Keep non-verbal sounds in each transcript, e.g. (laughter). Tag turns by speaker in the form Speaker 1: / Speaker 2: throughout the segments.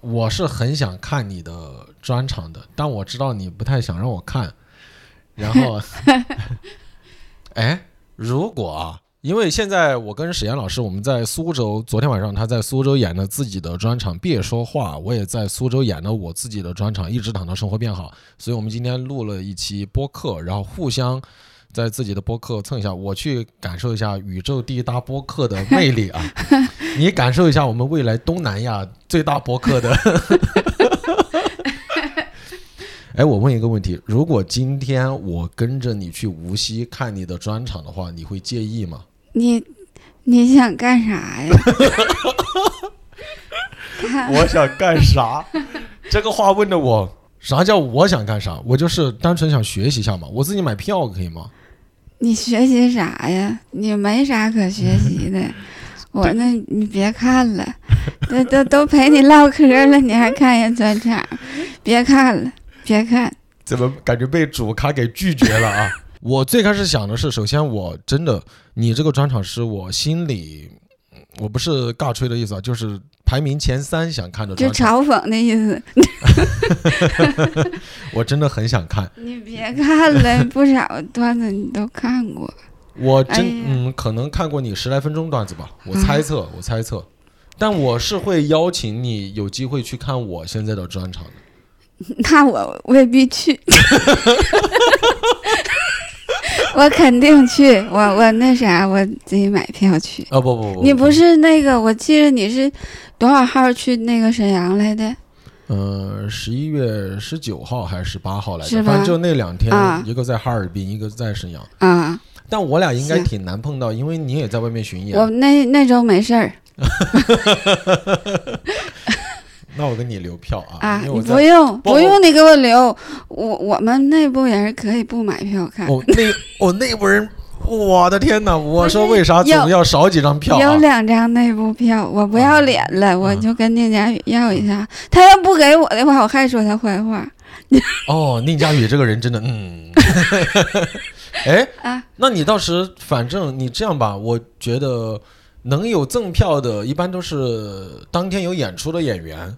Speaker 1: 我是很想看你的专场的，但我知道你不太想让我看。然后，哎，如果啊，因为现在我跟史岩老师我们在苏州，昨天晚上他在苏州演了自己的专场《别说话》，我也在苏州演了我自己的专场《一直躺到生活变好》，所以我们今天录了一期播客，然后互相。在自己的播客蹭一下，我去感受一下宇宙第一大播客的魅力啊！你感受一下我们未来东南亚最大播客 (laughs) 的哎，我问一个问题：如果今天我跟着你去无锡看你的专场的话，你会介意吗？
Speaker 2: 你你想干啥呀？ (laughs) 看
Speaker 1: 我想干啥？这个话问的我，啥叫我想干啥？我就是单纯想学习一下嘛。我自己买票可以吗？
Speaker 2: 你学习啥呀？你没啥可学习的。我那，你别看了，都都都陪你唠嗑了，你还看人专场？别看了，别看。
Speaker 1: 怎么感觉被主咖给拒绝了啊？ (laughs) 我最开始想的是，首先我真的，你这个专场是我心里，嗯我不是尬吹的意思啊，就是排名前三想看的
Speaker 2: 就
Speaker 1: 专场，
Speaker 2: 嘲讽的意思。
Speaker 1: 我真的很想看。
Speaker 2: 你别看了，不少段子你都看过。
Speaker 1: 我真、
Speaker 2: 哎呀嗯
Speaker 1: 嗯，可能看过你十来分钟段子吧，我猜测，我猜测，但我是会邀请你有机会去看我现在的专场的。
Speaker 2: 那我未必去， (laughs) 我肯定去。我我那啥，我自己买票去。
Speaker 1: 啊、不不不，
Speaker 2: 你不是那个？我记得你是多少号去那个沈阳来的？
Speaker 1: 呃，十一月十九号还是十八号来
Speaker 2: 是
Speaker 1: 着？
Speaker 2: 吧
Speaker 1: 反正就那两天，
Speaker 2: 啊
Speaker 1: 一个在哈尔滨，一个在沈阳。
Speaker 2: 啊，
Speaker 1: 但我俩应该
Speaker 2: 行
Speaker 1: 挺难碰到，因为你也在外面巡演。
Speaker 2: 我那那周没事儿
Speaker 1: 那我给你留票啊，
Speaker 2: 啊，
Speaker 1: 因为
Speaker 2: 你
Speaker 1: 我
Speaker 2: 不
Speaker 1: 在
Speaker 2: 用
Speaker 1: 不
Speaker 2: 不用你给我留，我我们内部人可以不买票看，
Speaker 1: 我哦那我内部人，我的天哪！我说为啥
Speaker 2: 有
Speaker 1: 总要少几张票
Speaker 2: 有
Speaker 1: 啊？
Speaker 2: 两张内部票，我不要脸了，我就跟宁佳宇要一下，他要不给我的话，我还说他坏话
Speaker 1: 哦，宁佳宇这个人真的，
Speaker 2: (laughs)
Speaker 1: 嗯，哎，
Speaker 2: 啊。
Speaker 1: 那你到时反正你这样吧，我觉得能有赠票的，一般都是当天有演出的演员。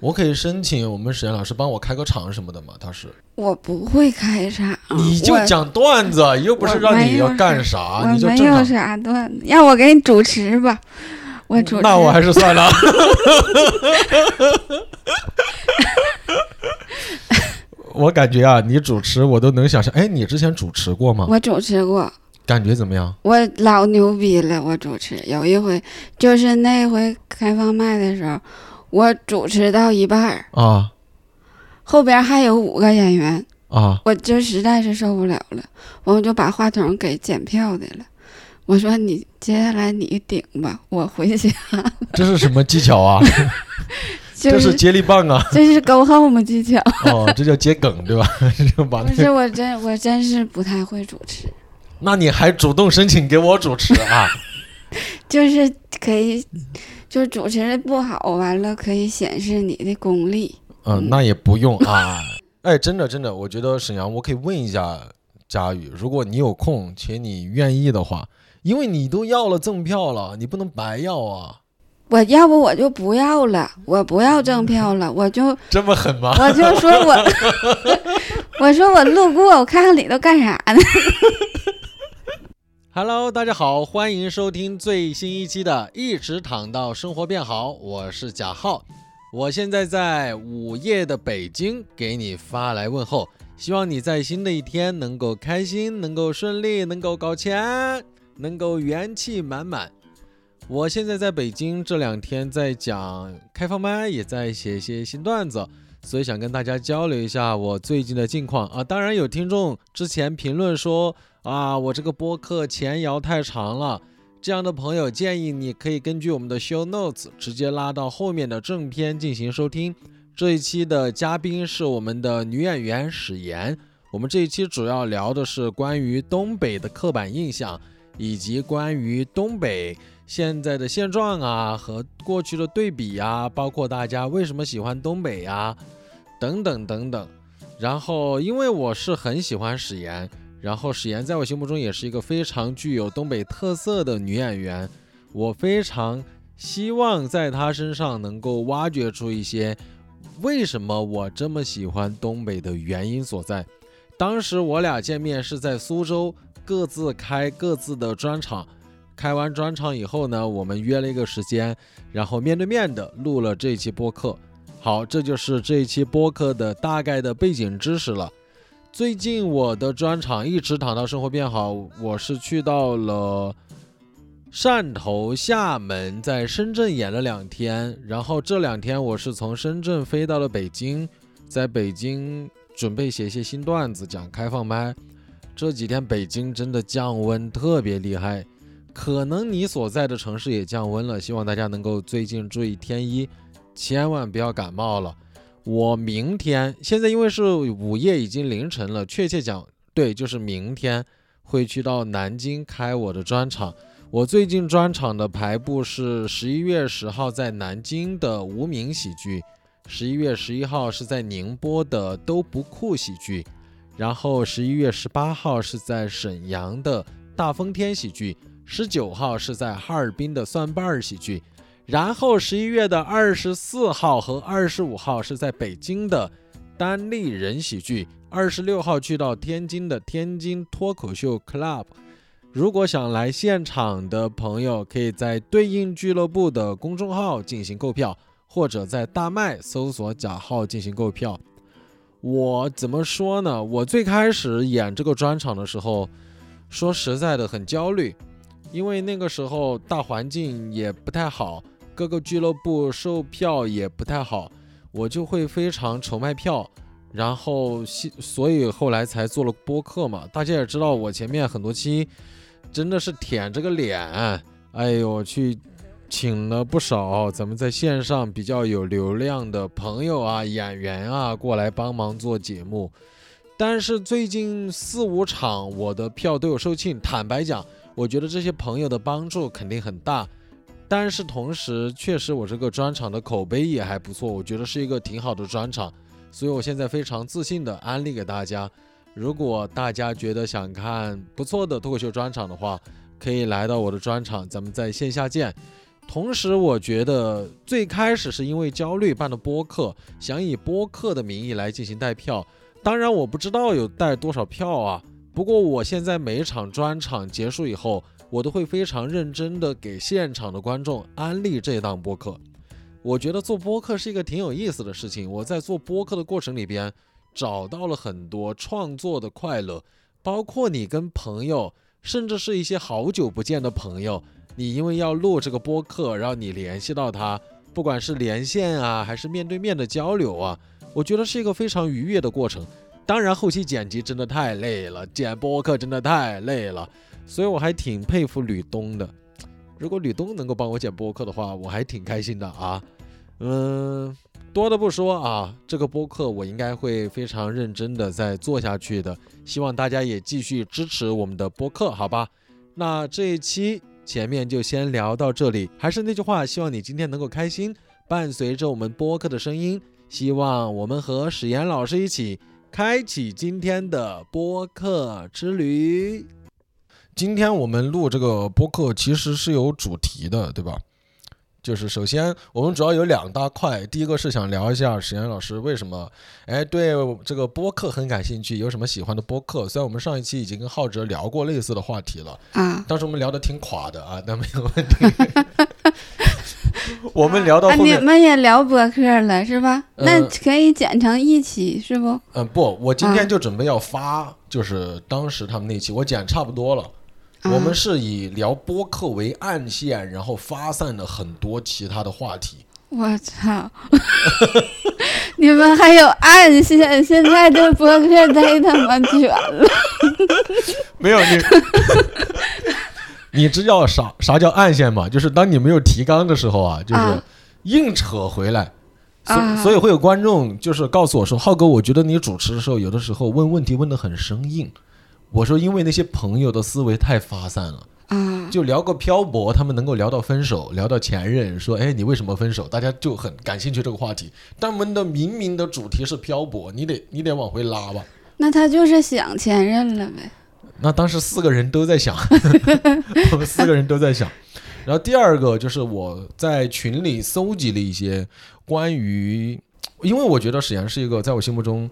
Speaker 1: 我可以申请我们沈岩老师帮我开个场什么的嘛？他是，
Speaker 2: 我不会开场，
Speaker 1: 你就
Speaker 2: 我
Speaker 1: 讲段子，又不是让
Speaker 2: 嗯我
Speaker 1: 你
Speaker 2: 没
Speaker 1: 要
Speaker 2: 有
Speaker 1: 干啥，
Speaker 2: 我
Speaker 1: 你就
Speaker 2: 没
Speaker 1: 正
Speaker 2: 有
Speaker 1: 常。嗯
Speaker 2: 啥段子，让我给你主持吧，我主持。
Speaker 1: 那我还是算
Speaker 2: (laughs)
Speaker 1: 了。我感觉啊，你主持我都能想象。哎，你之前主持过吗？
Speaker 2: 我主持过，
Speaker 1: 感觉怎么样？
Speaker 2: 我老牛逼了，我主持有一回，就是那回开放麦的时候，我主持到一半儿，
Speaker 1: 啊
Speaker 2: 后边还有五个演员，
Speaker 1: 啊！
Speaker 2: 我就实在是受不了了，我就把话筒给检票的了。我说你接下来你顶吧，我回
Speaker 1: (laughs)
Speaker 2: 家。
Speaker 1: 这是什么技巧啊？
Speaker 2: 就
Speaker 1: 这是
Speaker 2: 是
Speaker 1: 接力棒
Speaker 2: (laughs)
Speaker 1: 啊！
Speaker 2: 这是勾后嘛技巧，
Speaker 1: 哦，这叫接梗对吧？ (laughs) 就把
Speaker 2: 不
Speaker 1: 那个
Speaker 2: 是我真我真是不太会主持。
Speaker 1: 那你还主动申请给我主持啊？
Speaker 2: 就是可以，就是主持的不好，完了可以显示你的功力。
Speaker 1: 嗯，那也不用啊。哎，真的真的，我觉得沈阳，我可以问一下佳宇，如果你有空且你愿意的话，因为你都要了赠票了，你不能白要啊。
Speaker 2: 我要不我就不要了，我不要赠票了，我就
Speaker 1: 这么狠吗？
Speaker 2: 我就说我， (laughs) 我说我路过，我看看里头干啥呢？
Speaker 1: Hello，大家好，欢迎收听最新一期的《一直躺到生活变好》，我是贾浩，我现在在午夜的北京给你发来问候，希望你在新的一天能够开心，能够顺利，能够搞钱，能够元气满满。我现在在北京，这两天在讲开放麦，也在写一些新段子。所以想跟大家交流一下我最近的近况啊。当然有听众之前评论说啊，我这个播客前摇太长了。这样的朋友建议你可以根据我们的 show notes 直接拉到后面的正片进行收听。这一期的嘉宾是我们的女演员史妍，我们这一期主要聊的是关于东北的刻板印象，以及关于东北现在的现状啊和过去的对比啊，包括大家为什么喜欢东北呀、等等等等。然后，因为我是很喜欢史岩，然后史岩在我心目中也是一个非常具有东北特色的女演员，我非常希望在他身上能够挖掘出一些为什么我这么喜欢东北的原因所在。当时我俩见面是在苏州，各自开各自的专场。开完专场以后呢，我们约了一个时间，然后面对面的录了这一期播客。好，这就是这一期播客的大概的背景知识了。最近我的专场一直躺到生活变好，我是去到了汕头、厦门，在深圳演了两天，然后这两天我是从深圳飞到了北京，在北京准备写一些新段子，讲开放麦。这几天北京真的降温特别厉害，可能你所在的城市也降温了，希望大家能够最近注意添衣，千万不要感冒了。我明天现在因为是午夜，已经凌晨了，确切讲，对，就是明天会去到南京开我的专场。我最近专场的排布是十一月十号在南京的无名喜剧，十一月十一号是在宁波的都不酷喜剧，然后十一月十八号是在沈阳的大风天喜剧，十九号是在哈尔滨的蒜瓣儿喜剧，然后十一月的二十四号和二十五号是在北京的单立人喜剧，二十六号去到天津的天津脱口秀 club。如果想来现场的朋友，可以在对应俱乐部的公众号进行购票，或者在大麦搜索假号进行购票。我怎么说呢？我最开始演这个专场的时候，说实在的很焦虑，因为那个时候大环境也不太好，各个俱乐部售票也不太好，我就会非常愁卖票。然后希，所以后来才做了播客嘛。大家也知道，我前面很多期真的是舔着个脸，哎呦，去请了不少咱们在线上比较有流量的朋友啊、演员啊过来帮忙做节目。但是最近四五场我的票都有售罄，坦白讲，我觉得这些朋友的帮助肯定很大。但是同时，确实我这个专场的口碑也还不错，我觉得是一个挺好的专场。所以我现在非常自信的安利给大家，如果大家觉得想看不错的脱口秀专场的话，可以来到我的专场，咱们在线下见。同时，我觉得最开始是因为焦虑办的播客，想以播客的名义来进行带票，当然我不知道有带多少票啊。不过我现在每一场专场结束以后，我都会非常认真的给现场的观众安利这档播客。我觉得做播客是一个挺有意思的事情。我在做播客的过程里边，找到了很多创作的快乐，包括你跟朋友，甚至是一些好久不见的朋友，你因为要录这个播客，然后你联系到他，不管是连线啊，还是面对面的交流啊，我觉得是一个非常愉悦的过程。当然，后期剪辑真的太累了，剪播客真的太累了，所以我还挺佩服吕东的。如果吕东能够帮我剪播客的话，我还挺开心的啊。嗯，多的不说啊，这个播客我应该会非常认真的再做下去的，希望大家也继续支持我们的播客，好吧？那这一期前面就先聊到这里，还是那句话，希望你今天能够开心，伴随着我们播客的声音，希望我们和史岩老师一起开启今天的播客之旅。今天我们录这个播客其实是有主题的，对吧？就是首先，我们主要有两大块，第一个是想聊一下史岩老师为什么，哎，对这个播客很感兴趣，有什么喜欢的播客？虽然我们上一期已经跟浩哲聊过类似的话题了，
Speaker 2: 啊。
Speaker 1: 当时我们聊的挺垮的啊， (laughs) 但没有问
Speaker 2: (laughs)
Speaker 1: 题。我们聊到
Speaker 2: 啊，
Speaker 1: 后
Speaker 2: 你
Speaker 1: 面，
Speaker 2: 们也聊播客了是吧？
Speaker 1: 呃
Speaker 2: 那可以剪成一期是不？啊
Speaker 1: 嗯，不，我今天就准备要发，就是当时他们那期我剪差不多了。我
Speaker 2: 嗯
Speaker 1: 们是以聊播客为暗线，然后发散了很多其他的话题。
Speaker 2: 我操！ (laughs) 你们还有暗线，现在这播客太他妈卷了。
Speaker 1: 没有你， (laughs) 你知道啥啥叫暗线吗？就是当你没有提纲的时候啊，就是
Speaker 2: 啊
Speaker 1: 硬扯回来。所
Speaker 2: 啊
Speaker 1: 所以会有观众就是告诉我说，浩哥，我觉得你主持的时候，有的时候问问题问得很生硬。我说，因为那些朋友的思维太发散了，
Speaker 2: 啊
Speaker 1: 就聊个漂泊，他们能够聊到分手，聊到前任，说，哎，你为什么分手？大家就很感兴趣这个话题。但我们的明明的主题是漂泊，你得你得往回拉吧。
Speaker 2: 那他就是想前任了呗？
Speaker 1: (laughs) 那当时四个人都在想，我们四个人都在想。然后第二个就是我在群里搜集了一些关于，因为我觉得沈阳是一个在我心目中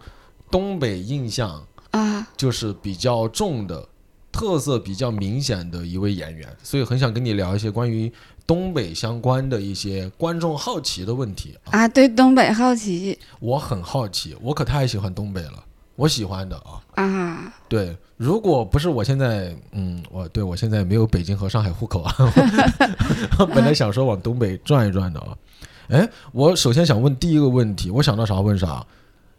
Speaker 1: 东北印象
Speaker 2: 啊，
Speaker 1: 就是比较重的、特色比较明显的一位演员，所以很想跟你聊一些关于东北相关的一些观众好奇的问题啊。
Speaker 2: 啊，对东北好奇
Speaker 1: 我很好奇，我可太喜欢东北了，我喜欢的啊。
Speaker 2: 啊，
Speaker 1: 对，如果不是我现在，嗯，我对我现在没有北京和上海户口啊， (laughs) 我本来想说往东北转一转的啊。哎，我首先想问第一个问题，我想到啥问啥。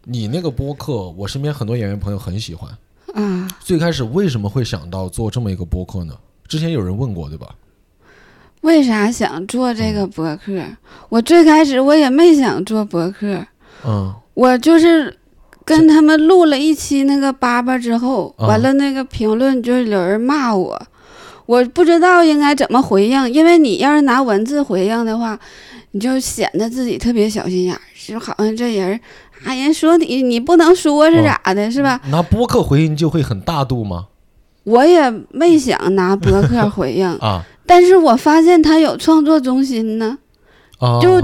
Speaker 1: 你那个播客，我身边很多演员朋友很喜欢。
Speaker 2: 啊，
Speaker 1: 最开始为什么会想到做这么一个播客呢？之前有人问过，对吧？
Speaker 2: 为啥想做这个博客？我最开始我也没想做博客，
Speaker 1: 嗯，
Speaker 2: 我就是跟他们录了一期那个粑粑之后，
Speaker 1: 啊
Speaker 2: 完了那个评论就是有人骂我，我不知道应该怎么回应，因为你要是拿文字回应的话，你就显得自己特别小心眼儿，就好像这人啊，人说你你不能说是咋的，是吧？
Speaker 1: 拿播客回应就会很大度吗？，
Speaker 2: 我也没想拿博客回应
Speaker 1: 啊
Speaker 2: 但是我发现他有创作中心呢。
Speaker 1: 啊，
Speaker 2: 就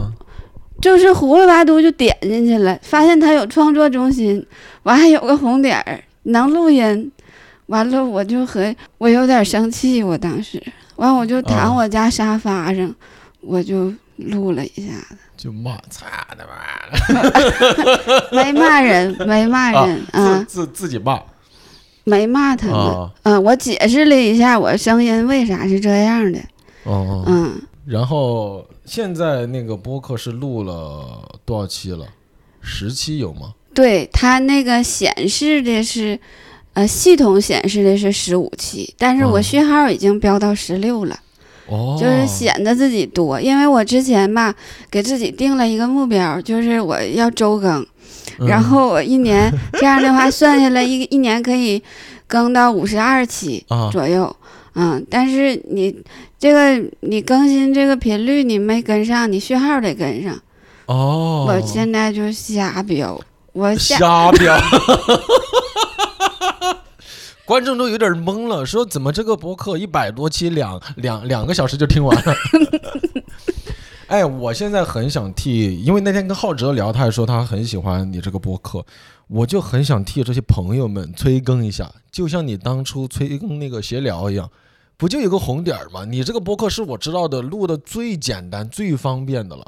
Speaker 2: 就是胡了吧嘟就点进去了，发现他有创作中心，完还有个红点儿能录音，完了我就和我有点生气，我当时完我就躺
Speaker 1: 啊
Speaker 2: 我家沙发上，我就录了一下子，
Speaker 1: 就骂，擦的吧，
Speaker 2: 没骂人，没骂人
Speaker 1: 自
Speaker 2: 啊，
Speaker 1: 自自己骂
Speaker 2: 没骂他们，
Speaker 1: 啊，
Speaker 2: 嗯，我解释了一下我声音为啥是这样的，
Speaker 1: 哦哦。
Speaker 2: 嗯，
Speaker 1: 然后现在那个播客是录了多少期了？十期有吗？
Speaker 2: 对他那个显示的是。呃，系统显示的是十五期，但是我
Speaker 1: 嗯
Speaker 2: 序号已经标到十六了。
Speaker 1: 哦
Speaker 2: 就是显得自己多。因为我之前吧，给自己定了一个目标，就是我要周更，
Speaker 1: 哦嗯
Speaker 2: 然后我一
Speaker 1: (laughs)
Speaker 2: 年这样的话，算下来一一年可以更到五十二期
Speaker 1: 啊，
Speaker 2: 左右。嗯，但是你这个你更新这个频率你没跟上，你序号得跟上。
Speaker 1: 哦，
Speaker 2: 我现在就瞎标，我下
Speaker 1: 瞎标。 (laughs) 观众都有点懵了，说怎么这个博客一百多期两两两个小时就听完了？ (laughs) 哎，我现在很想替，因为那天跟浩哲聊，他还说他很喜欢你这个播客，我就很想替这些朋友们催更一下，就像你当初催更那个闲聊一样，不就有个红点儿吗？你这个播客是我知道的录的最简单、最方便的了。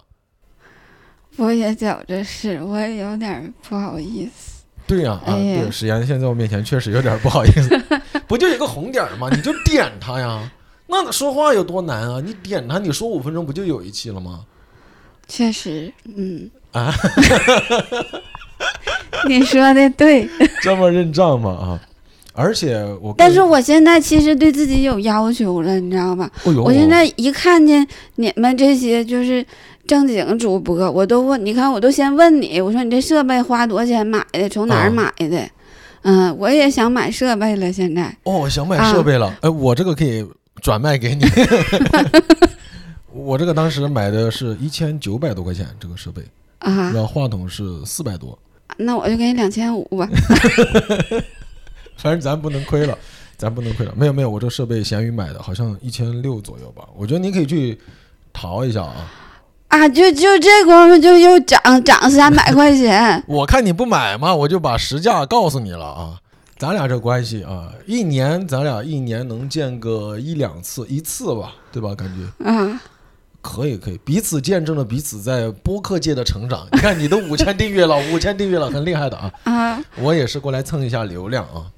Speaker 2: 我也觉着是，我也有点儿不好意思。
Speaker 1: 对呀、啊，
Speaker 2: 哎呀
Speaker 1: 对，史岩现在我面前确实有点不好意
Speaker 2: (laughs)
Speaker 1: 思，不就一个红点儿吗？你就点它呀。那说话有多难啊？你点它，你说五分钟不就有一期了吗？
Speaker 2: 确实，嗯
Speaker 1: 啊，
Speaker 2: (laughs) 你说的对。
Speaker 1: 这么认账吗？啊！而且我跟，
Speaker 2: 但是我现在其实对自己有要求了，你知道吧？
Speaker 1: 哎呦
Speaker 2: 我现在一看见你们这些就是正经主播，我都问，你看我都先问你，我说你这设备花多少钱买的，从哪
Speaker 1: 啊
Speaker 2: 儿买的？嗯，我也想买设备了，现在
Speaker 1: 哦，我想买设备了，
Speaker 2: 啊
Speaker 1: 哎、我这个可以转卖
Speaker 2: (laughs)
Speaker 1: 给你。我这个当时买的是一千九百多块钱这个设备，
Speaker 2: 啊
Speaker 1: 然，后话筒是四百多，
Speaker 2: 那我就给你两千五吧。
Speaker 1: 反正咱不能亏了， (laughs) 咱不能亏了。没有没有，我这设备闲鱼买的，好像一千六左右吧。我觉得你可以去淘一下啊。，
Speaker 2: 啊，就就这功夫就又涨涨三百块钱
Speaker 1: 我看你不买嘛，我就把实价告诉你了啊。咱俩这关系啊，一年咱俩一年能见个一两次，一次吧，对吧？感觉
Speaker 2: 啊，
Speaker 1: 可以，可以，彼此见证了彼此在播客界的成长。 (laughs) 你看，你都五千订阅了，五千订阅了，很厉害的啊！
Speaker 2: 啊，
Speaker 1: 我也是过来蹭一下流量啊。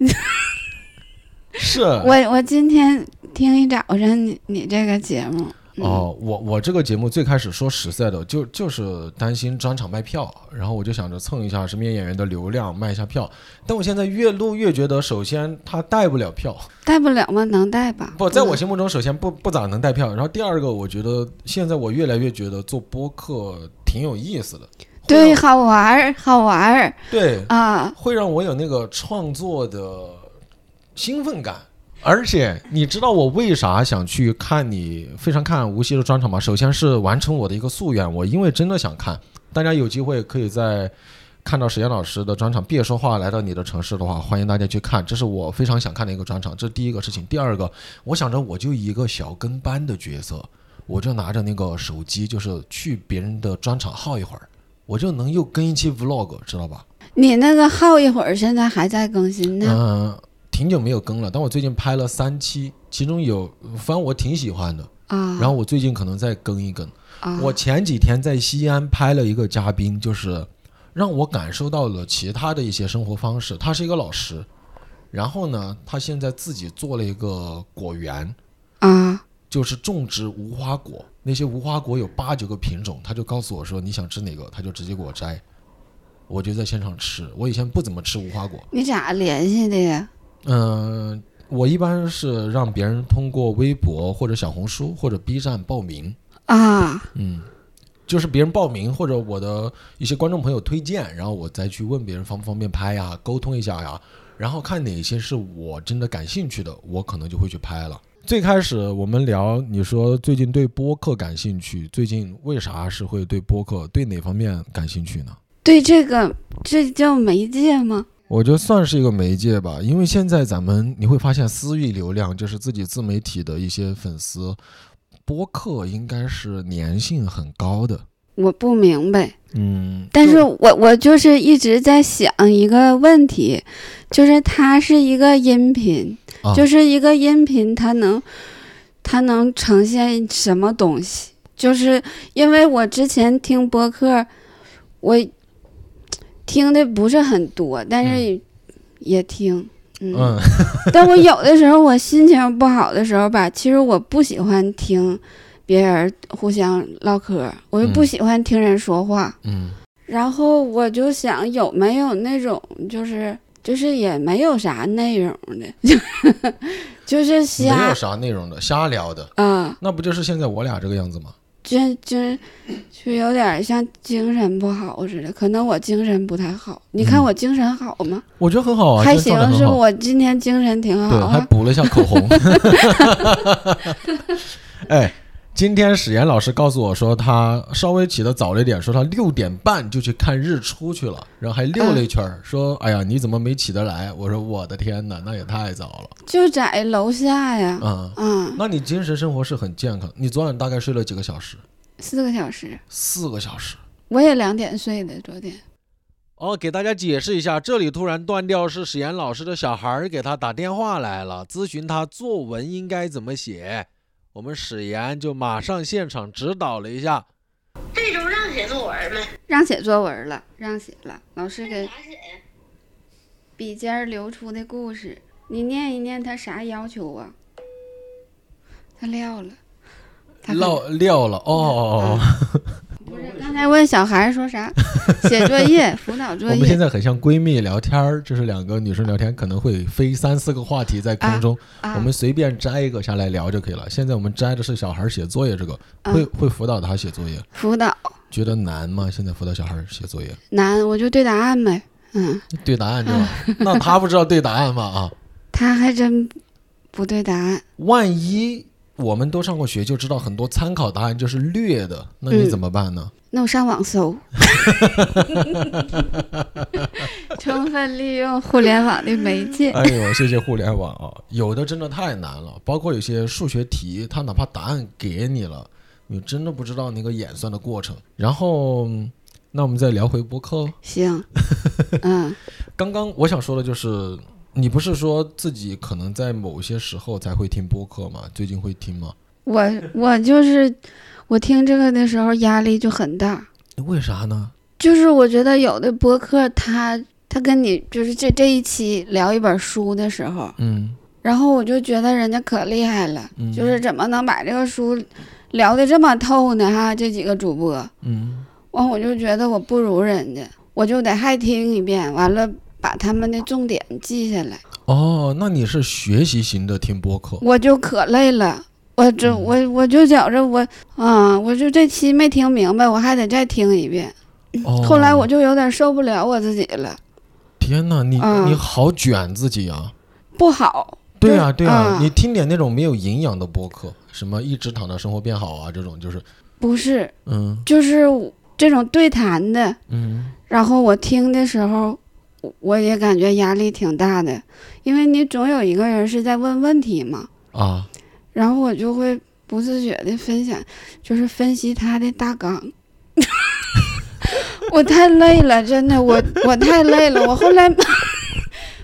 Speaker 1: 是，
Speaker 2: 我我今天听一早上你你这个节目，嗯、
Speaker 1: 哦，我我这个节目最开始说实在的，就就是担心专场卖票，然后我就想着蹭一下身边演员的流量，卖一下票。但我现在越录越觉得，首先他带不了票，
Speaker 2: 带不了吗？能带吧？
Speaker 1: 不在
Speaker 2: 嗯
Speaker 1: 我心目中，首先不不咋能带票。然后第二个，我觉得现在我越来越觉得做播客挺有意思的，会
Speaker 2: 对，
Speaker 1: 让
Speaker 2: 好玩儿，好玩儿
Speaker 1: 对，
Speaker 2: 啊！
Speaker 1: 会让我有那个创作的兴奋感。而且你知道我为啥想去看你非常看无锡的专场吗？首先是完成我的一个夙愿，我因为真的想看。大家有机会可以在看到石岩老师的专场《别说话》来到你的城市的话，欢迎大家去看，这是我非常想看的一个专场。这是第一个事情。第二个，我想着我就以一个小跟班的角色，我就拿着那个手机，就是去别人的专场耗一会儿，我就能又跟一期 vlog，知道吧？
Speaker 2: 你那个耗一会儿，现在还在更
Speaker 1: 嗯、
Speaker 2: 新呢。
Speaker 1: 挺久没有更了，但我最近拍了三期，其中有反正我挺喜欢的，
Speaker 2: 啊，
Speaker 1: 然后我最近可能再更一更。
Speaker 2: 啊
Speaker 1: 我前几天在西安拍了一个嘉宾，就是让我感受到了其他的一些生活方式。他是一个老师，然后呢，他现在自己做了一个果园，
Speaker 2: 啊
Speaker 1: 就是种植无花果。那些无花果有八九个品种，他就告诉我说你想吃哪个，他就直接给我摘。我就在现场吃。我以前不怎么吃无花果，
Speaker 2: 你咋联系的呀？
Speaker 1: 嗯、我一般是让别人通过微博或者小红书或者 B 站报名。
Speaker 2: 啊
Speaker 1: 嗯，就是别人报名或者我的一些观众朋友推荐，然后我再去问别人方不方便拍呀，沟通一下呀，然后看哪些是我真的感兴趣的，我可能就会去拍了。最开始我们聊，你说最近对播客感兴趣，最近为啥是会对播客对哪方面感兴趣呢？
Speaker 2: 对这个，这叫媒介吗？
Speaker 1: 我觉得算是一个媒介吧，因为现在咱们你会发现私域流量就是自己自媒体的一些粉丝，播客应该是粘性很高的。
Speaker 2: 我不明白。
Speaker 1: 嗯，
Speaker 2: 但
Speaker 1: 就是
Speaker 2: 我我就是一直在想一个问题，就是它是一个音频，
Speaker 1: 啊
Speaker 2: 就是一个音频，它能它能呈现什么东西？就是因为我之前听播客，我听的不是很多，但是也听，嗯，
Speaker 1: 嗯，
Speaker 2: 但我有的时候我心情不好的时候吧，其实我不喜欢听别人互相唠嗑，我就不
Speaker 1: 嗯
Speaker 2: 喜欢听人说话。
Speaker 1: 嗯
Speaker 2: 然后我就想，有没有那种就是就是也没有啥内容的， (laughs) 就是，
Speaker 1: 没
Speaker 2: 瞎
Speaker 1: 有啥内容的，瞎聊的，
Speaker 2: 啊，
Speaker 1: 那不就是现在我俩这个样子吗？
Speaker 2: 就就就有点像精神不好似的。可能我精神不太好，你看
Speaker 1: 嗯
Speaker 2: 我精神好吗？
Speaker 1: 我觉得很好啊，
Speaker 2: 还
Speaker 1: 现在状，
Speaker 2: 行
Speaker 1: 态
Speaker 2: 是
Speaker 1: 很好。
Speaker 2: 我今天精神挺好
Speaker 1: 对，还
Speaker 2: 啊。
Speaker 1: 补了一下口
Speaker 2: (laughs)
Speaker 1: 红。哎，今天史岩老师告诉我说，他稍微起得早了一点，说他六点半就去看日出去了，然后还溜了一圈儿，
Speaker 2: 嗯
Speaker 1: 说：“哎呀，你怎么没起得来？”我说：“我的天哪，那也太早了。
Speaker 2: 就在楼下呀”， (laughs)
Speaker 1: 嗯，
Speaker 2: 啊，
Speaker 1: 那你精神生活是很健康。你昨晚大概睡了几个小时？
Speaker 2: 四个小时，
Speaker 1: 四个小时。
Speaker 2: 我也两点睡的，昨天
Speaker 3: 哦，给大家解释一下，这里突然断掉是史岩老师的小孩儿给他打电话来了，咨询他作文应该怎么写。我们史岩就马上现场指导了一下。
Speaker 4: 这周让写作文没？
Speaker 2: 让写作文了，让写了，老师给
Speaker 4: 啥写呀？
Speaker 2: 笔尖儿流出的故事，你念一念他啥要求啊？他撂了，他嗯
Speaker 1: 撂撂了哦，
Speaker 2: 不是刚才问小孩说
Speaker 1: (laughs)
Speaker 2: 啥？写作业、辅导作
Speaker 1: 我们现
Speaker 2: 业
Speaker 1: 在很像闺蜜聊天儿，就是两个女生聊天，可能会飞三四个话题在空中，
Speaker 2: 啊
Speaker 1: 我们随便摘一个下来聊就可以了。现在我们摘的是小孩儿写作业这个，
Speaker 2: 啊
Speaker 1: 会会辅导他写作业，
Speaker 2: 辅导
Speaker 1: 觉得难吗？现在辅导小孩儿写作业，
Speaker 2: 难，我就对答案呗。嗯，
Speaker 1: 对答案对吧？
Speaker 2: (laughs)
Speaker 1: 那他不知道对答案吗？啊，
Speaker 2: 他还真不对答案。
Speaker 1: 万一我们都上过学，就知道很多参考答案就是略的，那你
Speaker 2: 嗯
Speaker 1: 怎么办 (laughs) 呢？
Speaker 2: 那我上网搜， (laughs) 充分利用互联网的媒介。
Speaker 1: 哎呦，谢谢互联网啊！有的真的太难了，包括有些数学题，它哪怕答案给你了，你真的不知道那个演算的过程。然后，嗯那我们再聊回播客。 (laughs)
Speaker 2: 行，嗯
Speaker 1: 刚刚我想说的就是，你不是说自己可能在某些时候才会听播客吗？最近会听吗？
Speaker 2: 我我就是我听这个的时候压力就很大。
Speaker 1: 为啥呢？
Speaker 2: 就是我觉得有的播客他，他跟你就是这这一期聊一本书的时候，
Speaker 1: 嗯
Speaker 2: 然后我就觉得人家可厉害了，
Speaker 1: 嗯
Speaker 2: 就是怎么能把这个书聊得这么透呢？哈，这几个主播，
Speaker 1: 嗯，
Speaker 2: 完我就觉得我不如人家，我就得还听一遍，完了把他们的重点记下来，
Speaker 1: 哦，那你是学习型的听播客，
Speaker 2: 我就可累了。我这
Speaker 1: 嗯
Speaker 2: 我我就觉着我啊、我就这期没听明白，我还得再听一遍。
Speaker 1: 哦、
Speaker 2: 后来我就有点受不了我自己了，
Speaker 1: 天哪，你、
Speaker 2: 嗯
Speaker 1: 你好卷自己啊！
Speaker 2: 不好，
Speaker 1: 对啊，对啊，
Speaker 2: 啊
Speaker 1: 你听点那种没有营养的播客，什么一直躺着生活变好啊，这种就是，
Speaker 2: 不是
Speaker 1: 嗯
Speaker 2: 就是这种对谈的，
Speaker 1: 嗯
Speaker 2: 然后我听的时候，我我也感觉压力挺大的，因为你总有一个人是在问问题嘛，
Speaker 1: 啊，
Speaker 2: 然后我就会不自觉的分享，就是分析他的大纲。我太累了，真的，我我太累了。我后来， (laughs)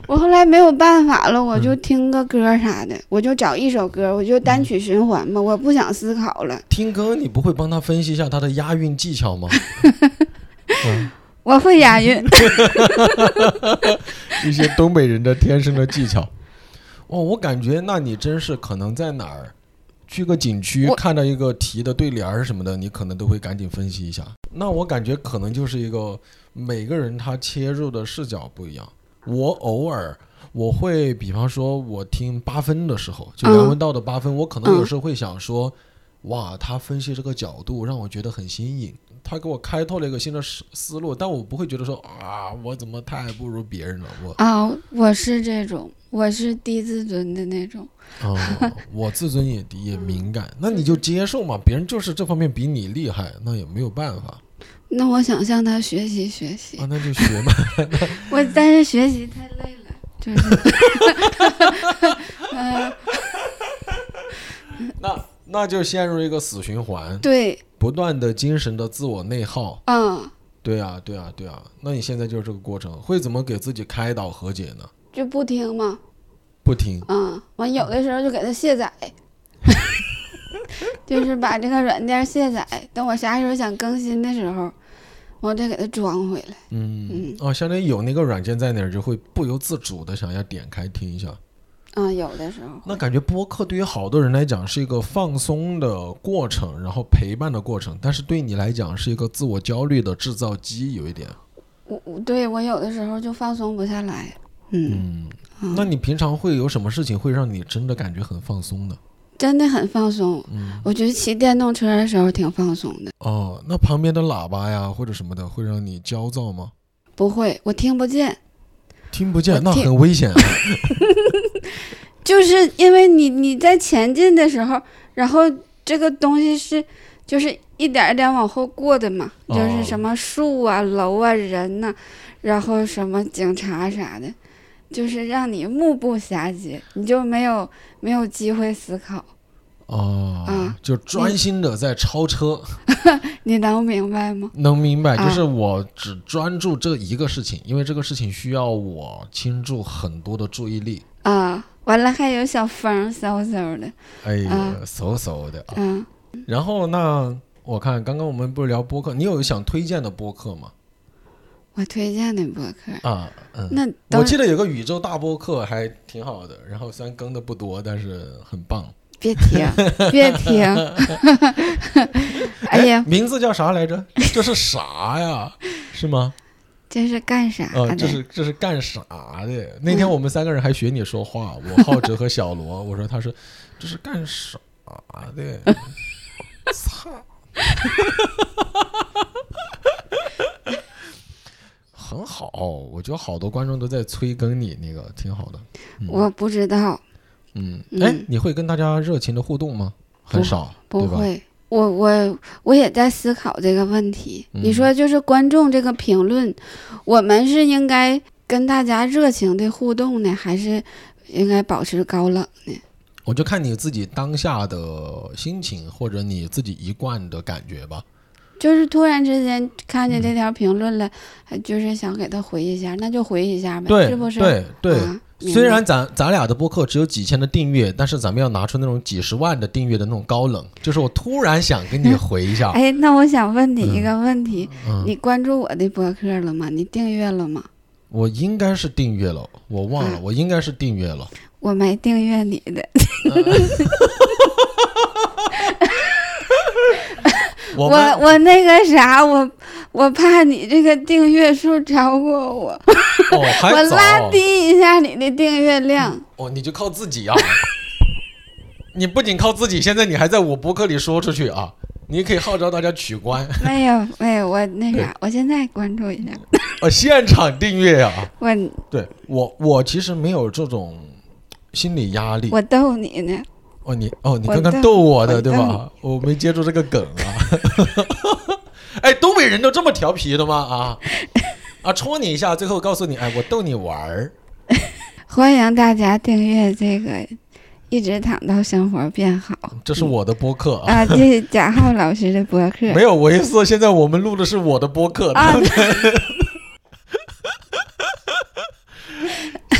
Speaker 2: 我后来没有办法了，我就听个歌啥的，我就找一首歌，我就单曲循环嘛，我不想思考了。
Speaker 1: 听歌你不会帮他分析一下他的押韵技巧吗？嗯
Speaker 2: 我会押韵，
Speaker 1: 一些东北人的天生的技巧。 (laughs) 哦，我感觉那你真是可能在哪儿，去个景区
Speaker 2: 我
Speaker 1: 看到一个题的对联儿什么的，你可能都会赶紧分析一下。那我感觉可能就是一个每个人他切入的视角不一样。我偶尔我会，比方说我听八分的时候，就梁文道的八分，我可能有时候会想说，哇，他分析这个角度让我觉得很新颖。他给我开拓了一个新的思思路，但我不会觉得说啊，我怎么太不如别人了，我
Speaker 2: 啊、我是这种，我是低自尊的那种。
Speaker 1: 哦， (laughs) 我自尊也低，也敏感，那你就接受嘛，别人就是这方面比你厉害，那也没有办法
Speaker 2: 那我想向他学习学习
Speaker 1: 啊，，那就学嘛。
Speaker 2: 我但是学习太累了，就是，嗯、
Speaker 1: 那那就陷入一个死循环，
Speaker 2: 对，
Speaker 1: 不断的精神的自我内耗。
Speaker 2: 嗯，
Speaker 1: 对啊，对啊，对啊。那你现在就是这个过程，会怎么给自己开导和解呢？
Speaker 2: 就不听嘛，
Speaker 1: 不听，
Speaker 2: 嗯，完有的时候就给他卸载， (laughs) 就是把这个软件卸载，等我啥时候想更新的时候，我再给它装回来。
Speaker 1: 嗯，哦，相当于有那个软件在那儿，就会不由自主的想要点开听一下。
Speaker 2: 嗯，有的时候，
Speaker 1: 那感觉播客对于好多人来讲是一个放松的过程，然后陪伴的过程，但是对你来讲是一个自我焦虑的制造机，有一点。
Speaker 2: 我我对我有的时候就放松不下来，嗯，
Speaker 1: 嗯，那你平常会有什么事情会让你真的感觉很放松呢？
Speaker 2: 真的很放松。
Speaker 1: 嗯，
Speaker 2: 我觉得骑电动车的时候挺放松的，
Speaker 1: 哦，那旁边的喇叭呀或者什么的会让你焦躁吗？
Speaker 2: 不会，
Speaker 1: 嗯
Speaker 2: 我听不见。
Speaker 1: 听不见，
Speaker 2: 我
Speaker 1: 那
Speaker 2: 听
Speaker 1: 很危险啊。
Speaker 2: (laughs) 就是因为你你在前进的时候，然后这个东西是就是一点儿一点儿往后过的嘛，
Speaker 1: 哦
Speaker 2: 就是什么树啊、楼啊、人呐、然后什么警察啥的，就是让你目不暇接，你就没有没有机会思考。
Speaker 1: 哦
Speaker 2: 啊，
Speaker 1: 就专心的在超车，
Speaker 2: 你能明白吗？
Speaker 1: 能明白？就
Speaker 2: 啊
Speaker 1: 是我只专注这一个事情，因为这个事情需要我倾注很多的注意力。
Speaker 2: 啊，完了还有小风嗖嗖的，
Speaker 1: 哎呀
Speaker 2: 啊，
Speaker 1: 嗖嗖的啊！
Speaker 2: 嗯、
Speaker 1: 然后那我看刚刚我们不是聊播客，你有想推荐的播客吗？
Speaker 2: 我推荐的播客，
Speaker 1: 啊，嗯，
Speaker 2: 那
Speaker 1: 我
Speaker 2: 都
Speaker 1: 记得有个宇宙大播客还挺好的，然后虽然更的不多，但是很棒。
Speaker 2: 别停，别停，
Speaker 1: (laughs)
Speaker 2: (laughs) 哎呀，
Speaker 1: 名字叫啥来着？这是啥
Speaker 2: (laughs)
Speaker 1: 呀？是吗？
Speaker 2: 这是干啥的？
Speaker 1: 呃，这是这是干啥的？那天我们三个人还学你说话，我浩哲和小
Speaker 2: (laughs)
Speaker 1: 罗，我说他说这是干啥的？操！很好，我觉得好多观众都在催更你，那个挺好的。
Speaker 2: 我不知道，
Speaker 1: 嗯，
Speaker 2: 嗯
Speaker 1: 哎，你会跟大家热情的互动吗？很少，
Speaker 2: 不
Speaker 1: 对吧？
Speaker 2: 会。我我我也在思考这个问题。你
Speaker 1: 嗯
Speaker 2: 说就是观众这个评论，我们是应该跟大家热情的互动呢，还是应该保持高冷呢？
Speaker 1: 我就看你自己当下的心情，或者你自己一贯的感觉吧。
Speaker 2: 就是突然之间看
Speaker 1: 嗯
Speaker 2: 见这条评论了，还就是想给他回一下，那就回一下呗，
Speaker 1: 对，
Speaker 2: 是不是？
Speaker 1: 对对。
Speaker 2: 啊、明
Speaker 1: 虽
Speaker 2: 白
Speaker 1: 然咱咱俩的播客只有几千的订阅，但是咱们要拿出那种几十万的订阅的那种高冷，就是我突然想跟你回一下，
Speaker 2: 哎，那我想问你一个问题：
Speaker 1: 嗯，
Speaker 2: 你关注我的博客了吗？你订阅了吗？
Speaker 1: 我应该是订阅了，我忘了，我应该是订阅
Speaker 2: (laughs)
Speaker 1: 了，
Speaker 2: 我没订阅你的，
Speaker 1: 我
Speaker 2: 我
Speaker 1: 们
Speaker 2: 我那个啥，我我怕你这个订阅数超过我，
Speaker 1: 哦
Speaker 2: 我
Speaker 1: 还早
Speaker 2: 拉低一下你的订阅量。
Speaker 1: 哦，你就靠自己啊， (laughs) 你不仅靠自己，现在你还在我博客里说出去啊，你可以号召大家取关， (laughs)
Speaker 2: 没有没有，我那啥，我现在关注一下
Speaker 1: 呃，现场订阅啊，
Speaker 2: 我，
Speaker 1: 对我我其实没有这种心理压力，
Speaker 2: 我逗你呢。
Speaker 1: 哦，你哦，你
Speaker 2: 我
Speaker 1: 刚刚
Speaker 2: 的
Speaker 1: 逗我的
Speaker 2: 我
Speaker 1: 对
Speaker 2: 的
Speaker 1: 吧？我没接住这个梗啊！ (laughs) 哎，东北人都这么调皮的吗？啊啊，戳你一下，最后告诉你，哎，我逗你玩儿。
Speaker 2: 欢迎大家订阅这个一直躺到生活变好
Speaker 1: 这是我的播客啊。 (laughs)
Speaker 2: 啊！这是贾浩老师的博客
Speaker 1: 没有，我意思说现在我们录的是我的播客。
Speaker 2: 嗯啊，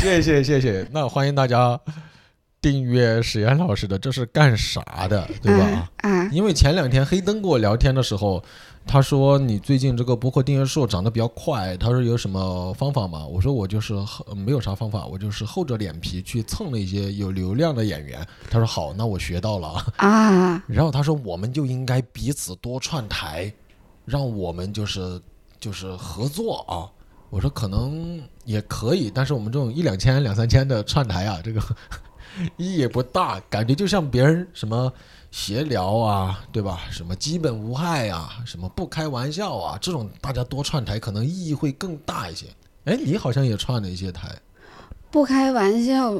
Speaker 1: (laughs) 谢谢谢谢，那欢迎大家订阅史岩老师的《这是干啥的》，对吧？
Speaker 2: 啊啊
Speaker 1: 因为前两天黑灯跟我聊天的时候，他说你最近这个播客订阅数涨得比较快，他说有什么方法吗？我说我就是呃没有啥方法，我就是厚着脸皮去蹭了一些有流量的演员。他说好，那我学到了。
Speaker 2: 啊！
Speaker 1: 然后他说我们就应该彼此多串台，让我们就是就是合作啊。我说可能也可以，但是我们这种一两千、两三千的串台啊，这个 (laughs) 意义也不大，感觉就像别人什么闲聊啊，对吧？什么基本无害啊，什么不开玩笑啊，这种大家多串台可能意义会更大一些。哎，你好像也串了一些台
Speaker 2: 不开玩笑，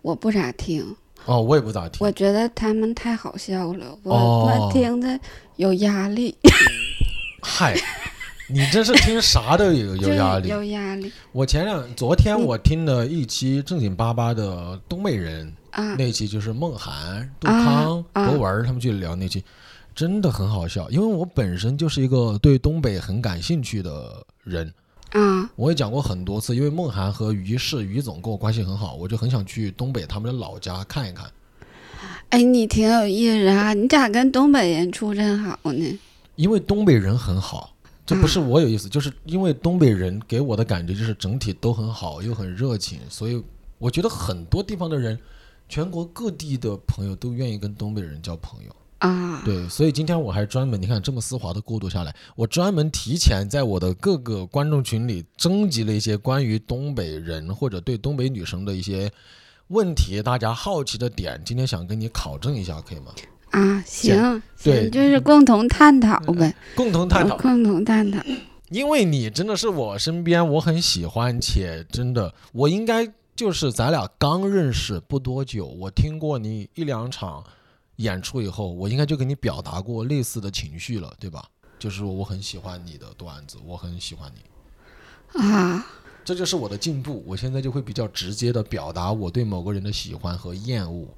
Speaker 2: 我不咋听，
Speaker 1: 哦，我也不咋听
Speaker 2: 我。觉得他们太好笑了，我、
Speaker 1: 哦
Speaker 2: 我听着有压力，
Speaker 1: 嗨，你这是听啥都有有压力
Speaker 2: 就。有压力
Speaker 1: 我前两昨
Speaker 2: 嗯
Speaker 1: 天我听了一期正经八八的东北人，
Speaker 2: 啊！
Speaker 1: 那期就是孟涵、杜康、
Speaker 2: 啊啊
Speaker 1: 博文他们去聊那期，真的很好笑。因为我本身就是一个对东北很感兴趣的人，
Speaker 2: 啊
Speaker 1: 我也讲过很多次。因为孟涵和于适、于总跟我关系很好，我就很想去东北他们的老家看一看。
Speaker 2: 哎，你挺有意思啊！你咋跟东北人处真好呢？
Speaker 1: 因为东北人很好，这不是我有意思，就是因为东北人给我的感觉就是整体都很好，又很热情，所以我觉得很多地方的人，全国各地的朋友都愿意跟东北人交朋友。
Speaker 2: 啊，
Speaker 1: 对，所以今天我还专门，你看这么丝滑的过渡下来，我专门提前在我的各个观众群里征集了一些关于东北人或者对东北女生的一些问题，大家好奇的点，今天想跟你考证一下，可以吗？
Speaker 2: 啊，行，
Speaker 1: 对
Speaker 2: 行就是共同探讨呗，啊
Speaker 1: 共同探讨。
Speaker 2: 共同探讨。
Speaker 1: 因为你真的是我身边我很喜欢，且真的我应该就是咱俩刚认识不多久，我听过你一两场演出以后，我应该就给你表达过类似的情绪了，对吧？就是我很喜欢你的段子，我很喜欢你，嗯
Speaker 2: 啊
Speaker 1: 这就是我的进步。我现在就会比较直接的表达我对某个人的喜欢和厌恶。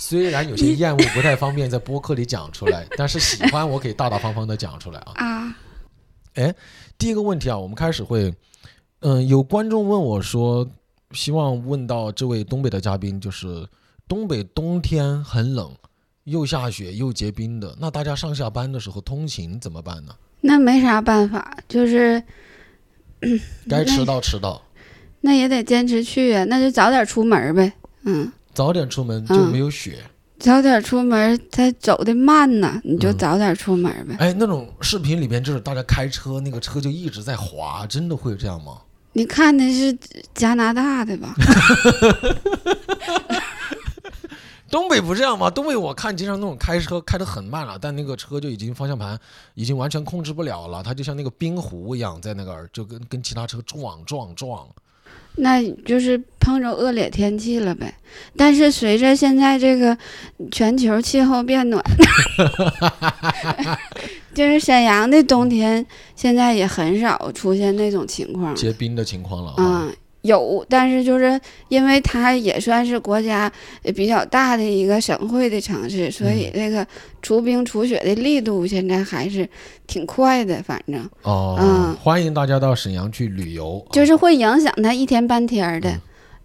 Speaker 1: 虽然有些厌恶不太方便在播客里讲出来，但是喜欢我可以大大方方的讲出来啊。
Speaker 2: 啊
Speaker 1: 第一个问题啊，我们开始会，嗯，有观众问我说，希望问到这位东北的嘉宾，就是东北冬天很冷，又下雪又结冰的，那大家上下班的时候通勤怎么办呢？
Speaker 2: 那没啥办法，就是
Speaker 1: 该迟到迟到，
Speaker 2: 那也得坚持去呀，那就早点出门呗。嗯，
Speaker 1: 早点出门就没有雪。
Speaker 2: 早点出门，他走的慢呢，你
Speaker 1: 嗯
Speaker 2: 就早点出门呗。
Speaker 1: 哎，那种视频里边就是大家开车，那个车就一直在滑，真的会这样吗？
Speaker 2: 你看的是加拿大的吧？
Speaker 1: 东北不这样吗？东北我看经常那种开车开得很慢了，但那个车就已经方向盘已经完全控制不了了，它就像那个冰壶一样在那个儿就跟跟其他车撞撞撞。
Speaker 2: 那就是碰着恶劣天气了呗。但是随着现在这个全球气候变暖， (laughs) 就是沈阳的冬天现在也很少出现那种情况。
Speaker 1: 结冰的情况了啊！
Speaker 2: 嗯，有，但是就是因为它也算是国家呃比较大的一个省会的城市，所以这个除冰除雪的力度现在还是挺快的，反正
Speaker 1: 哦，
Speaker 2: 嗯
Speaker 1: 欢迎大家到沈阳去旅游。
Speaker 2: 就是会影响他一天半天儿
Speaker 1: 嗯
Speaker 2: 的。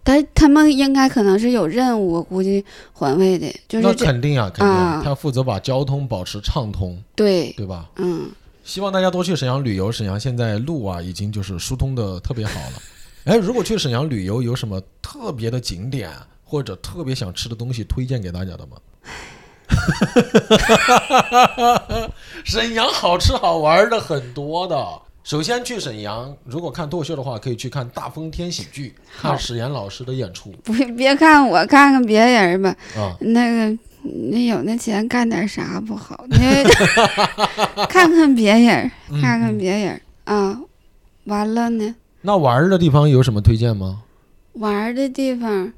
Speaker 2: 但他们应该可能是有任务，我估计环卫的，就
Speaker 1: 那
Speaker 2: 是这
Speaker 1: 肯定啊，肯定、啊
Speaker 2: 嗯
Speaker 1: 他负责把交通保持畅通，
Speaker 2: 对，
Speaker 1: 对吧？
Speaker 2: 嗯，
Speaker 1: 希望大家多去沈阳旅游。沈阳现在路啊已经就是疏通的特别好 (laughs) 了。哎，如果去沈阳旅游，有什么特别的景点或者特别想吃的东西推荐给大家的吗？ (laughs) 沈阳好吃好玩的很多的。首先去沈阳，如果看脱口秀的话，可以去看大风天喜剧，看史岩老师的演出
Speaker 2: 不别看我，看看别人吧。
Speaker 1: 啊。
Speaker 2: 那个，那有那钱干点啥不好？那
Speaker 1: (laughs)
Speaker 2: 看看别人，
Speaker 1: 嗯
Speaker 2: 看看别人啊。完了呢，
Speaker 1: 那玩的地方有什么推荐吗？
Speaker 2: 玩儿的地方，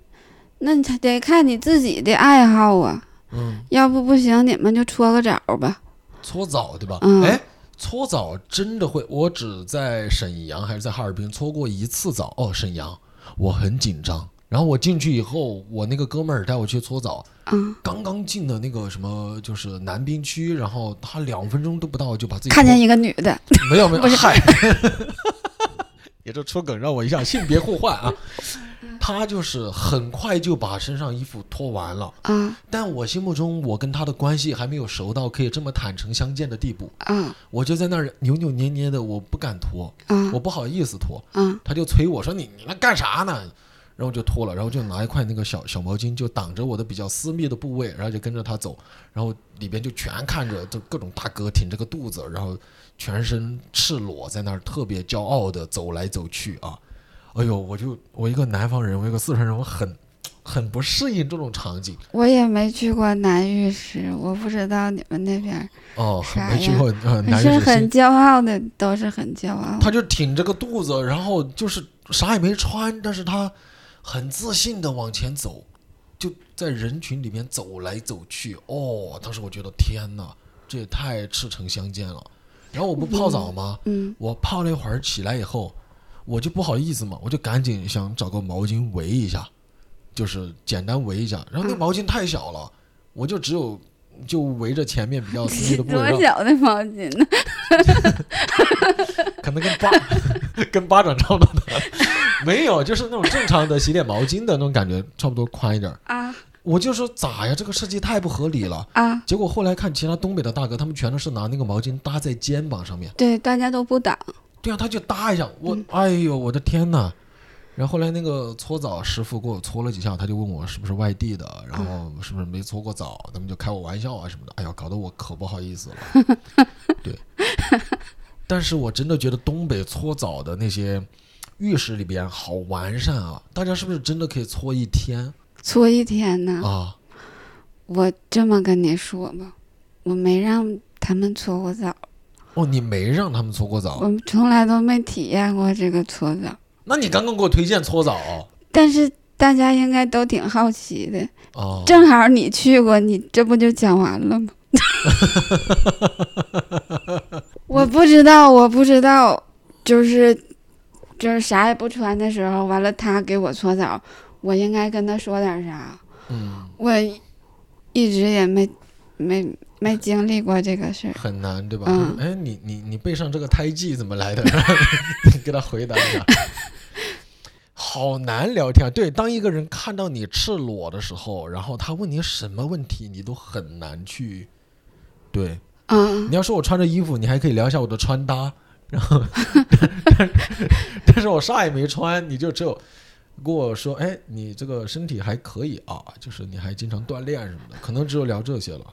Speaker 2: 那你得看你自己的爱好啊。
Speaker 1: 嗯，
Speaker 2: 要不不行，你们就搓个澡吧。
Speaker 1: 搓澡对吧？
Speaker 2: 嗯
Speaker 1: 哎，搓澡真的会，我只在沈阳还是在哈尔滨搓过一次澡。哦，沈阳，我很紧张，然后我进去以后，我那个哥们儿带我去搓澡，
Speaker 2: 嗯，
Speaker 1: 刚刚进的那个什么就是南滨区，然后他两分钟都不到就把自己
Speaker 2: 看见
Speaker 1: 一
Speaker 2: 一个女的，
Speaker 1: 没有没有
Speaker 2: 不是
Speaker 1: 嗨， (laughs) 你这出梗让我一下性别互
Speaker 2: (laughs)
Speaker 1: 换啊，他就是很快就把身上衣服脱完了，
Speaker 2: 啊
Speaker 1: 但我心目中我跟他的关系还没有熟到可以这么坦诚相见的地步，
Speaker 2: 啊
Speaker 1: 我就在那儿扭扭捏捏的，我不敢脱，
Speaker 2: 啊
Speaker 1: 我不好意思脱，
Speaker 2: 啊
Speaker 1: 他就催我说你你那干啥呢？然后我就脱了，然后就拿一块那个小小毛巾就挡着我的比较私密的部位，然后就跟着他走，然后里边就全看着就各种大哥挺着个肚子，然后全身赤裸在那儿特别骄傲的走来走去啊，哎呦，我就我一个南方人，我一个四川人，我很很不适应这种场景
Speaker 2: 我也没去过男浴室，我不知道你们那边儿，
Speaker 1: 哦，
Speaker 2: 啥
Speaker 1: 没去
Speaker 2: 呀
Speaker 1: 过呃
Speaker 2: 可
Speaker 1: 南
Speaker 2: 是
Speaker 1: 越
Speaker 2: 啊很骄傲的，都是很骄傲。
Speaker 1: 他就挺着个肚子，然后就是啥也没穿，但是他很自信的往前走，就在人群里面走来走去。哦，当时我觉得天哪，这也太赤诚相见了。然后我不泡澡吗？
Speaker 2: 嗯
Speaker 1: 我泡了一会儿起来以后，我就不好意思嘛，我就赶紧想找个毛巾围一下，就是简单围一下。然后那个毛巾太小了，我就只有就围着前面比
Speaker 2: (laughs)
Speaker 1: 较私密的部位，
Speaker 2: 多
Speaker 1: 让
Speaker 2: 小的毛巾呢？
Speaker 1: 可能跟巴 (laughs) 跟巴掌差不多的，没有，就是那种正常的洗脸毛巾的那种感觉，差不多宽一点儿。
Speaker 2: 啊
Speaker 1: 我就说咋呀，这个设计太不合理了。
Speaker 2: 啊！
Speaker 1: 结果后来看其他东北的大哥，他们全都是拿那个毛巾搭在肩膀上面，
Speaker 2: 对，大家都不挡。
Speaker 1: 对啊，他就搭一下，我、哎呦我的天呐！然后后来那个搓澡师傅给我搓了几下，他就问我是不是外地的，然后是不是没搓过澡，他们就开我玩笑啊什么的，哎呀，搞得我可不好意思了。对，但是我真的觉得东北搓澡的那些浴室里边好完善啊，大家是不是真的可以搓一天
Speaker 2: 搓一天呢，
Speaker 1: 啊？
Speaker 2: 我这么跟你说吧，我没让他们搓过澡，
Speaker 1: 哦，你没让他们搓过澡，
Speaker 2: 我从来都没体验过这个搓澡。
Speaker 1: 那你刚刚给我推荐搓澡啊
Speaker 2: 但是大家应该都挺好奇的，
Speaker 1: 哦，
Speaker 2: 正好你去过，你这不就讲完了 (laughs) 吗？我不知道，我不知道，就是就是啥也不穿的时候，完了他给我搓澡，我应该跟他说点啥？
Speaker 1: 嗯，
Speaker 2: 我一直也没没没经历过这个事儿。
Speaker 1: 很难，对吧？
Speaker 2: 嗯
Speaker 1: 哎，你你你背上这个胎记怎么来的？你给他回答一下。好难聊天，对，当一个人看到你赤裸的时候，然后他问你什么问题，你都很难去。对，
Speaker 2: 嗯，
Speaker 1: 你要说我穿着衣服，你还可以聊一下我的穿搭，然后， (laughs) 但但是我啥也没穿，你就只有跟我说，哎，你这个身体还可以啊，就是你还经常锻炼什么的，可能只有聊这些了。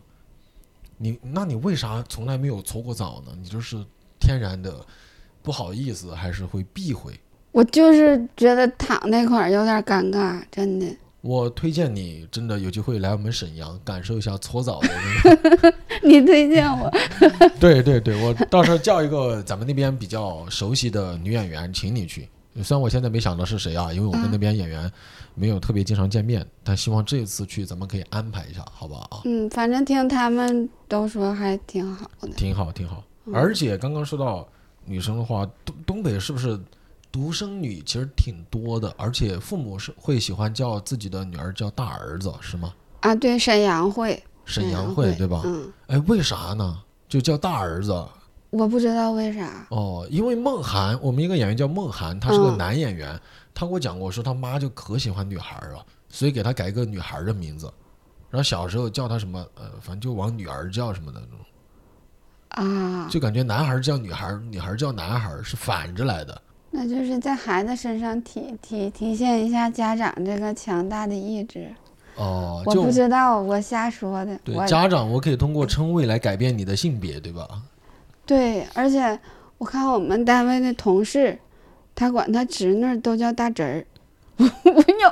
Speaker 1: 你那你为啥从来没有搓过澡呢？你就是天然的不好意思，还是会避讳？
Speaker 2: 我就是觉得躺那块儿有点尴尬，真的。
Speaker 1: 我推荐你真的有机会来我们沈阳感受一下搓澡的那个。
Speaker 2: (laughs) 你推荐我，
Speaker 1: 对对对，我到时候叫一个咱们那边比较熟悉的女演员，请你去。虽然我现在没想到是谁啊，因为我跟那边演员没有特别经常见面，但希望这一次去咱们可以安排一下，好不好啊？
Speaker 2: 嗯，反正听他们都说还挺好的。
Speaker 1: 挺好，挺好。而且刚刚说到女生的话，东东北是不是独生女其实挺多的？而且父母是会喜欢叫自己的女儿叫大儿子，是吗？
Speaker 2: 啊，对，沈阳会，
Speaker 1: 沈阳
Speaker 2: 阳
Speaker 1: 嗯会
Speaker 2: 会
Speaker 1: 对吧？
Speaker 2: 嗯，
Speaker 1: 哎，为啥呢？就叫大儿子，
Speaker 2: 我不知道为啥。
Speaker 1: 哦，因为孟涵，我们一个演员叫孟涵，他是个
Speaker 2: 嗯
Speaker 1: 男演员，他给我讲过，说他妈就可喜欢女孩儿了，所以给他改一个女孩儿的名字，然后小时候叫他什么，呃，反正就往女儿叫什么的那种，
Speaker 2: 啊，
Speaker 1: 就感觉男孩儿叫女孩儿，女孩儿叫男孩儿是反着来的。
Speaker 2: 那就是在孩子身上体体体现一下家长这个强大的意志。
Speaker 1: 哦，
Speaker 2: 我
Speaker 1: 就
Speaker 2: 不知道，我瞎说的。
Speaker 1: 对
Speaker 2: 我
Speaker 1: 家长，我可以通过称谓来改变你的性别，对吧？
Speaker 2: 对，而且我看我们单位的同事，他管他侄女儿都叫大侄儿。 (laughs) 我有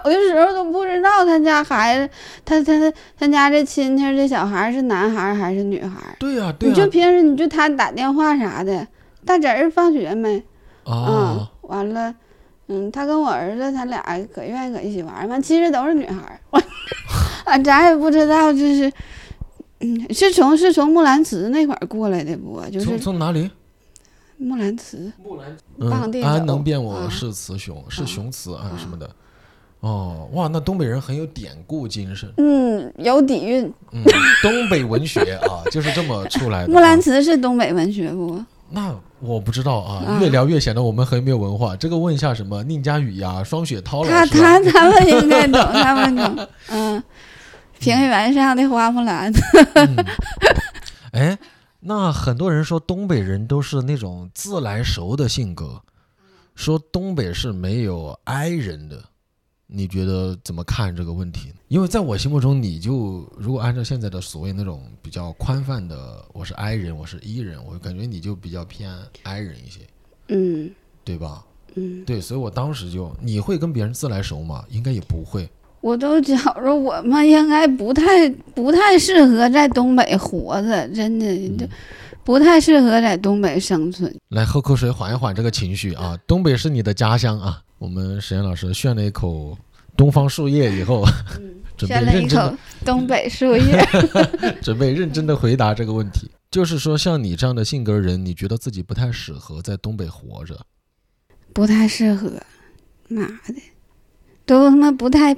Speaker 2: 的时候都不知道他家孩子，他他他他家这亲戚儿这小孩儿是男孩儿还是女孩儿。
Speaker 1: 对呀、对啊
Speaker 2: 你
Speaker 1: 呀
Speaker 2: 就、平时你就他打电话啥的，大侄儿放学没？
Speaker 1: 啊，
Speaker 2: 嗯，完了，嗯，他跟我儿子他俩可愿意搁一起玩儿，完其实都是女孩儿， (laughs) 我啊咱也不知道这是，嗯，是从是从木兰辞那块儿过来的不？就
Speaker 1: 从
Speaker 2: 是
Speaker 1: 从哪里？
Speaker 2: 木兰辞，
Speaker 1: 嗯
Speaker 2: 棒地
Speaker 1: 安
Speaker 2: 走
Speaker 1: 能辨我
Speaker 2: 嗯
Speaker 1: 是雌雄，是雄雌啊什么的。哦，哇，那东北人很有典故精神，
Speaker 2: 嗯，有底蕴。
Speaker 1: 嗯，东北文学啊， (laughs) 就是这么出来的啊。
Speaker 2: 木兰辞是东北文学不？
Speaker 1: 那我不知道啊，
Speaker 2: 啊
Speaker 1: 越聊越显得我们很没有文化。这个问一下什么宁佳宇呀、双雪涛老
Speaker 2: 他
Speaker 1: 师啊、
Speaker 2: 他他们应该懂，他们 (laughs) 懂。嗯，平原上的花木兰，
Speaker 1: 嗯，哎，那很多人说东北人都是那种自来熟的性格，说东北是没有 i 人的，你觉得怎么看这个问题呢？因为在我心目中，你就如果按照现在的所谓那种比较宽泛的，我是 i 人，我是 e 人，我感觉你就比较偏 i 人一些，
Speaker 2: 嗯
Speaker 1: 对吧？
Speaker 2: 嗯，
Speaker 1: 对，所以我当时就，你会跟别人自来熟吗？应该也不会。
Speaker 2: 我都觉着我们应该不太不太适合在东北活着，真的
Speaker 1: 嗯
Speaker 2: 就不太适合在东北生存。
Speaker 1: 来喝口水缓一缓这个情绪啊！东北是你的家乡啊！我们沈岩老师炫了一口东方树叶以后， (laughs) 准备
Speaker 2: 选了一
Speaker 1: 认真
Speaker 2: 口
Speaker 1: 的
Speaker 2: 东北树叶， (laughs)
Speaker 1: 准备认真的回答这个问题。就是说，像你这样的性格人，你觉得自己不太适合在东北活着？
Speaker 2: 不太适合，妈的，都他妈不太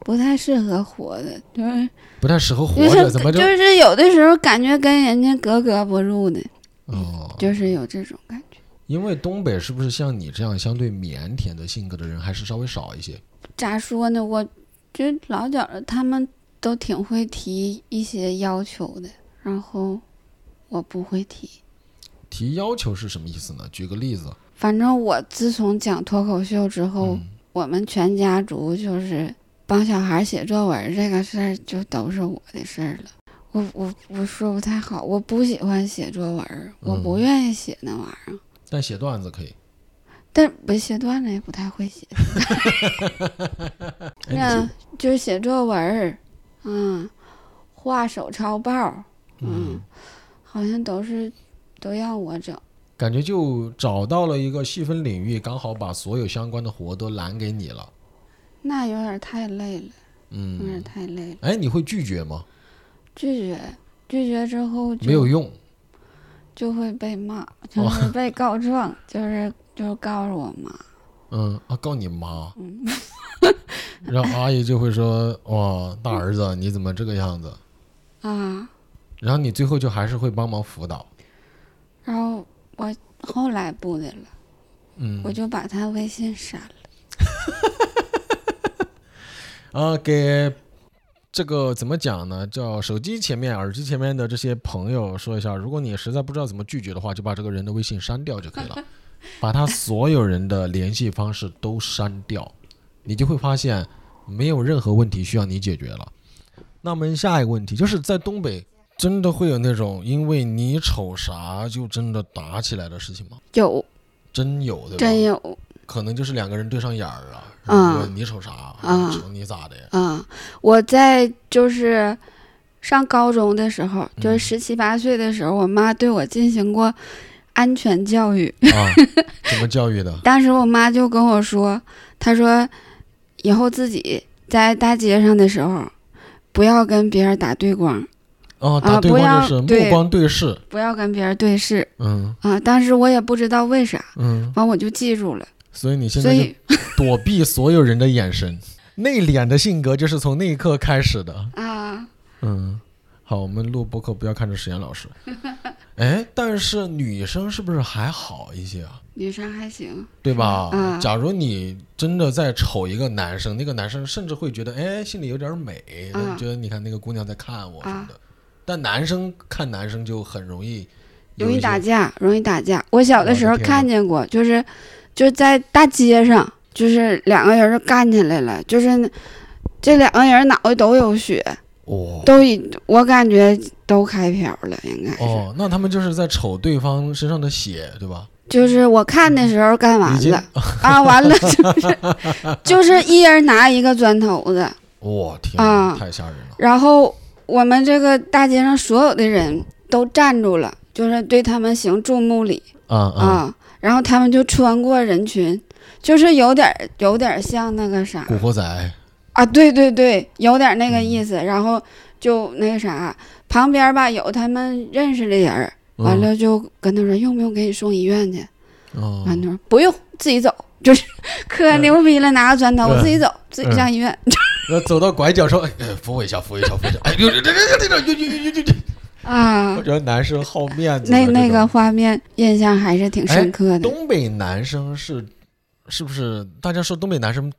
Speaker 2: 不太适合活着，就是
Speaker 1: 不太适合活
Speaker 2: (laughs) 就
Speaker 1: 着，
Speaker 2: 是
Speaker 1: 怎么就
Speaker 2: 就是有的时候感觉跟人家格格不入的，
Speaker 1: 哦？
Speaker 2: 就是有这种感觉。
Speaker 1: 因为东北是不是像你这样相对腼腆的性格的人还是稍微少一些？
Speaker 2: 咋说呢？我就老觉着他们都挺会提一些要求的，然后我不会提。
Speaker 1: 提要求是什么意思呢？举个例子，
Speaker 2: 反正我自从讲脱口秀之后，
Speaker 1: 嗯
Speaker 2: 我们全家族就是帮小孩写作文这个事儿，就都是我的事儿了。我我我说不太好，我不喜欢写作文，我不
Speaker 1: 嗯
Speaker 2: 愿意写那玩意儿，
Speaker 1: 但写段子可以。
Speaker 2: 但不写段子也不太会写。
Speaker 1: 哎
Speaker 2: 那就是写作文儿，嗯，画手抄报儿，
Speaker 1: 你
Speaker 2: 嗯，好像都是都让我整。
Speaker 1: 感觉就找到了一个细分领域，刚好把所有相关的活都揽给你了。
Speaker 2: 那有点儿太累了，有点儿
Speaker 1: 嗯，
Speaker 2: 太累了。
Speaker 1: 哎，你会拒绝吗？
Speaker 2: 拒绝，拒绝之后就
Speaker 1: 没有用，
Speaker 2: 就会
Speaker 1: (laughs)
Speaker 2: 被骂，就是被告状，就是就是告诉我妈，
Speaker 1: 嗯，啊，告你妈。
Speaker 2: 嗯
Speaker 1: (laughs) 然后阿姨就会说：“哇，大儿子，你怎么这个样子
Speaker 2: 啊，？”
Speaker 1: 然后你最后就还是会帮忙辅导。
Speaker 2: 然后我后来不的了，
Speaker 1: 嗯
Speaker 2: 我就把他微信删了。
Speaker 1: 啊，给这个怎么讲呢？叫手机前面、耳机前面的这些朋友说一下，如果你实在不知道怎么拒绝的话，就把这个人的微信删掉就可以了，把他所有人的联系方式都删掉，你就会发现没有任何问题需要你解决了。那么下一个问题就是在东北，真的会有那种因为你瞅啥就真的打起来的事情吗？
Speaker 2: 有，
Speaker 1: 真有对吧？
Speaker 2: 真有
Speaker 1: 可能就是两个人对上眼儿啊，
Speaker 2: 啊
Speaker 1: 然后你瞅啥，
Speaker 2: 啊
Speaker 1: 我瞅你咋的呀？
Speaker 2: 啊！我在就是上高中的时候，就是
Speaker 1: 嗯
Speaker 2: 十七八岁的时候，我妈对我进行过安全教育。 (laughs)
Speaker 1: 啊，怎么教育的？
Speaker 2: 当时我妈就跟我说，她说以后自己在大街上的时候，不要跟别人打对光，
Speaker 1: 哦，
Speaker 2: 啊
Speaker 1: 打对
Speaker 2: 不
Speaker 1: 方
Speaker 2: 要
Speaker 1: 就是
Speaker 2: 对
Speaker 1: 目光对视，
Speaker 2: 不要跟别人对视
Speaker 1: 嗯
Speaker 2: 啊。当时我也不知道为啥，
Speaker 1: 嗯，
Speaker 2: 完我就记住了。
Speaker 1: 所以你现
Speaker 2: 所
Speaker 1: 在就
Speaker 2: 以
Speaker 1: 躲避所有人的眼神，内敛的性格就是从那一刻开始的。
Speaker 2: 啊，
Speaker 1: 嗯，好，我们录播客不要看着实验老
Speaker 2: (laughs)
Speaker 1: 师。哎，但是女生是不是还好一些啊？
Speaker 2: 女生还行，
Speaker 1: 对吧？
Speaker 2: 啊
Speaker 1: 假如你真的在瞅一个男生，那个男生甚至会觉得，哎，心里有点美，
Speaker 2: 啊
Speaker 1: 觉得你看那个姑娘在看我什么
Speaker 2: 啊
Speaker 1: 的。但男生看男生就很容易有
Speaker 2: 容易
Speaker 1: 一些哦
Speaker 2: 打架，容易打架。我小
Speaker 1: 我的
Speaker 2: 的时候
Speaker 1: 天呐
Speaker 2: 看见过，就是就是在大街上，就是两个人就干起来了，就是这两个人脑袋都有血，
Speaker 1: 哦
Speaker 2: 都已我感觉都开瓢了，应该是。
Speaker 1: 哦，那他们就是在瞅对方身上的血，对吧？
Speaker 2: 就是我看的时候干
Speaker 1: 已
Speaker 2: 完
Speaker 1: 经 (laughs)
Speaker 2: 了啊，完了就是就是一人拿一个砖头子，
Speaker 1: 我、天哪，
Speaker 2: 啊
Speaker 1: 太吓人了！
Speaker 2: 然后我们这个大街上所有的人都站住了，就是对他们行注目礼
Speaker 1: 啊啊！
Speaker 2: 啊，然后他们就穿过人群，就是有点儿有点儿像那个啥
Speaker 1: 古惑仔，
Speaker 2: 啊，对对对，有点儿那个意思，
Speaker 1: 嗯
Speaker 2: 然后就那个啥，旁边吧有他们认识的人儿，
Speaker 1: 嗯
Speaker 2: 完了就跟他说用不用给你送医院去。
Speaker 1: 哦
Speaker 2: 完就说不用，自己走，就是 (laughs) 可牛逼了，拿个砖头，
Speaker 1: 嗯
Speaker 2: 我自己走，自己
Speaker 1: 嗯
Speaker 2: 上医院。
Speaker 1: 那走到拐角说：“哎，哎扶我一下，扶我一下，扶我一下。”哎呦，这这这这这这这这这！
Speaker 2: 啊
Speaker 1: 我，觉得男生好面子的啊嗯
Speaker 2: 那
Speaker 1: 这种。哎
Speaker 2: 那个画面印象还是挺深刻的。
Speaker 1: 东北男生是是不是？大家说东北男生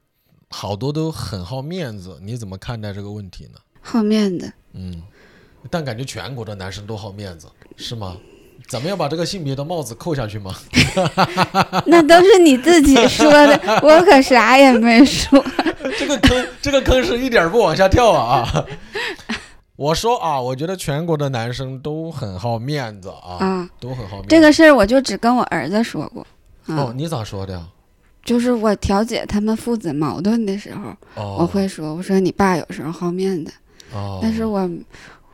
Speaker 1: 好多都很好面子，你怎么看待这个问题呢？
Speaker 2: 好面
Speaker 1: (laughs)
Speaker 2: 子，
Speaker 1: 嗯，但感觉全国的男生都好面子，是吗？咱们要把这个性别的帽子扣下去吗？
Speaker 2: 那都是你自己说的，我可啥也没说。
Speaker 1: 这个坑，这个坑是一点儿不往下跳啊！
Speaker 2: (laughs)
Speaker 1: 啊我说啊，我觉得全国的男生都很好面子 (laughs) 啊，
Speaker 2: 啊
Speaker 1: 都很好面子。
Speaker 2: 这个事儿我就只跟我儿子说过。啊，
Speaker 1: 哦，你咋说的呀？
Speaker 2: 就是我调解他们父子矛盾的时候，
Speaker 1: 哦，
Speaker 2: 我会说，我说你爸有时候好面子，
Speaker 1: 哦，
Speaker 2: 但是我，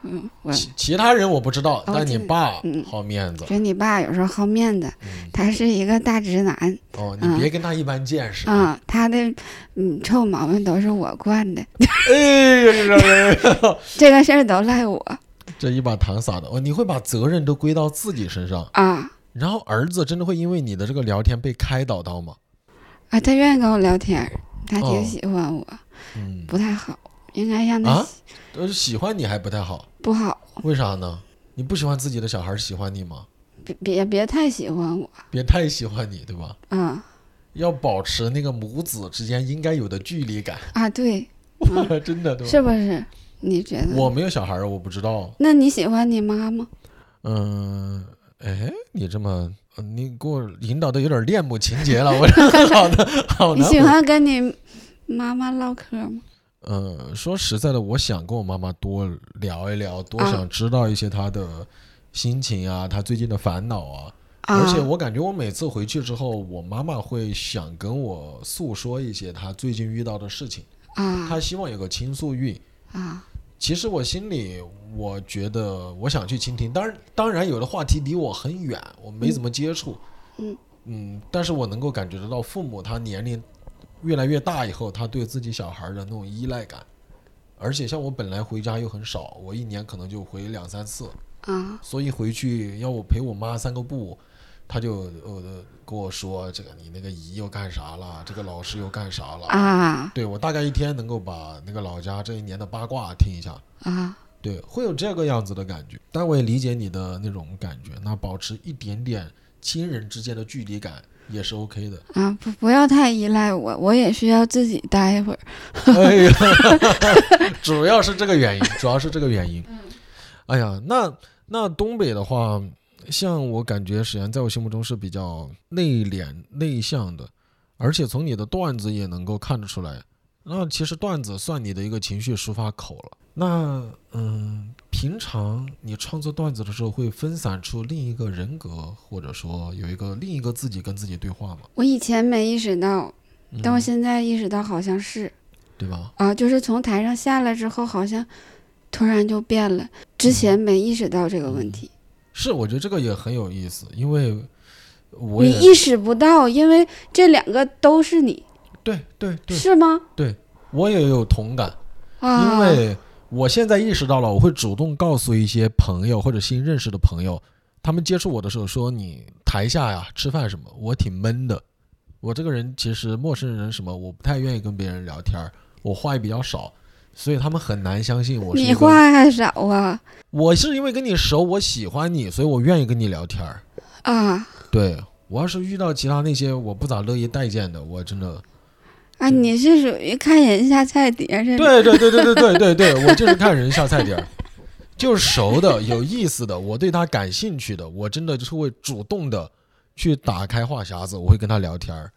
Speaker 2: 嗯，我
Speaker 1: 其其他人我不知道，但你
Speaker 2: 这个
Speaker 1: 爸
Speaker 2: 嗯
Speaker 1: 好面子
Speaker 2: 觉。得你爸有时候好面子，
Speaker 1: 嗯
Speaker 2: 他是一个大直男
Speaker 1: 哦，
Speaker 2: 嗯
Speaker 1: 你别跟他一般见识。
Speaker 2: 啊、他的嗯臭毛病都是我惯的，
Speaker 1: 哎呀，这这
Speaker 2: 这个事儿都赖我
Speaker 1: (laughs) 这一把糖撒的，哦，你会把责任都归到自己身上，
Speaker 2: 啊
Speaker 1: 然后儿子真的会因为你的这个聊天被开导到吗？
Speaker 2: 啊，他愿意跟我聊天儿，他
Speaker 1: 哦
Speaker 2: 挺喜欢我，
Speaker 1: 嗯，
Speaker 2: 不太好，应该让他、
Speaker 1: 啊呃，喜欢你还不太好，
Speaker 2: 不好，
Speaker 1: 为啥呢？你不喜欢自己的小孩儿喜欢你吗？
Speaker 2: 别别别太喜欢我
Speaker 1: 别太喜欢你，对吧？
Speaker 2: 啊
Speaker 1: 要保持那个母子之间应该有的距离感， (laughs)
Speaker 2: 啊，对，
Speaker 1: 真的，对吧？
Speaker 2: 是不是？你觉得？
Speaker 1: 我没有小孩儿，我不知道。
Speaker 2: 那你喜欢你妈吗？
Speaker 1: 嗯，哎，你这么，呃你给我引导的有点恋母情节了，我 (laughs) 好的，好
Speaker 2: 你
Speaker 1: 难
Speaker 2: 喜
Speaker 1: 为。
Speaker 2: 欢跟你妈妈唠嗑吗？
Speaker 1: 嗯，说实在的，我想跟我妈妈多聊一聊，多
Speaker 2: 啊
Speaker 1: 想知道一些她的心情啊，她最近的烦恼啊。
Speaker 2: 啊，
Speaker 1: 而且我感觉我每次回去之后，我妈妈会想跟我诉说一些她最近遇到的事情，
Speaker 2: 啊
Speaker 1: 她希望有个倾诉欲。
Speaker 2: 啊
Speaker 1: 其实我心里，我觉得我想去倾听，当然，当然有的话题离我很远，我没怎么接触，
Speaker 2: 嗯
Speaker 1: 嗯但是我能够感觉得到，父母他年龄越来越大以后，他对自己小孩儿的那种依赖感，而且像我本来回家又很少，我一年可能就回两三次，
Speaker 2: 啊
Speaker 1: 所以回去要我陪我妈散个步，她就呃跟我说这个你那个姨又干啥了，这个老师又干啥了，
Speaker 2: 啊
Speaker 1: 对我大概一天能够把那个老家这一年的八卦听一下。
Speaker 2: 啊！
Speaker 1: 对，会有这个样子的感觉。但我也理解你的那种感觉，那保持一点点亲人之间的距离感也是 OK 的。
Speaker 2: 啊，不不要太依赖我，我也需要自己待一会儿。
Speaker 1: 哎呀，主要是这个原因，主要是这个原因。哎呀，那那东北的话，像我感觉沈阳在我心目中是比较内敛内向的，而且从你的段子也能够看得出来。那其实段子算你的一个情绪抒发口了。那嗯，平常你创作段子的时候会分散出另一个人格，或者说有一个另一个自己跟自己对话吗？
Speaker 2: 我以前没意识到，
Speaker 1: 嗯、
Speaker 2: 但我现在意识到好像是
Speaker 1: 对吧？
Speaker 2: 啊，就是从台上下来之后，好像突然就变了。之前没意识到这个
Speaker 1: 嗯
Speaker 2: 问题，
Speaker 1: 是，我觉得这个也很有意思，因为我
Speaker 2: 你
Speaker 1: 也
Speaker 2: 意识不到，因为这两个都是你，
Speaker 1: 对对对，
Speaker 2: 是吗？
Speaker 1: 我也有同感，
Speaker 2: 啊，
Speaker 1: 因为我现在意识到了，我会主动告诉一些朋友或者新认识的朋友，他们接触我的时候说你台下呀吃饭什么，我挺闷的，我这个人其实陌生人什么，我不太愿意跟别人聊天儿，我话也比较少。所以他们很难相信我是一
Speaker 2: 你
Speaker 1: 个
Speaker 2: 话还少啊
Speaker 1: 我是因为跟你熟，我喜欢你，所以我愿意跟你聊天儿。
Speaker 2: 啊
Speaker 1: 对我要是遇到其他那些我不咋乐意待见的，我真的
Speaker 2: 啊！你是属于看人下菜碟儿 (laughs) 似的。
Speaker 1: 对对对对对对对对，我就是看人下菜碟儿，就是熟的、有意思的，我对他感兴趣的，我真的就是会主动的去打开话匣子，我会跟他聊天儿。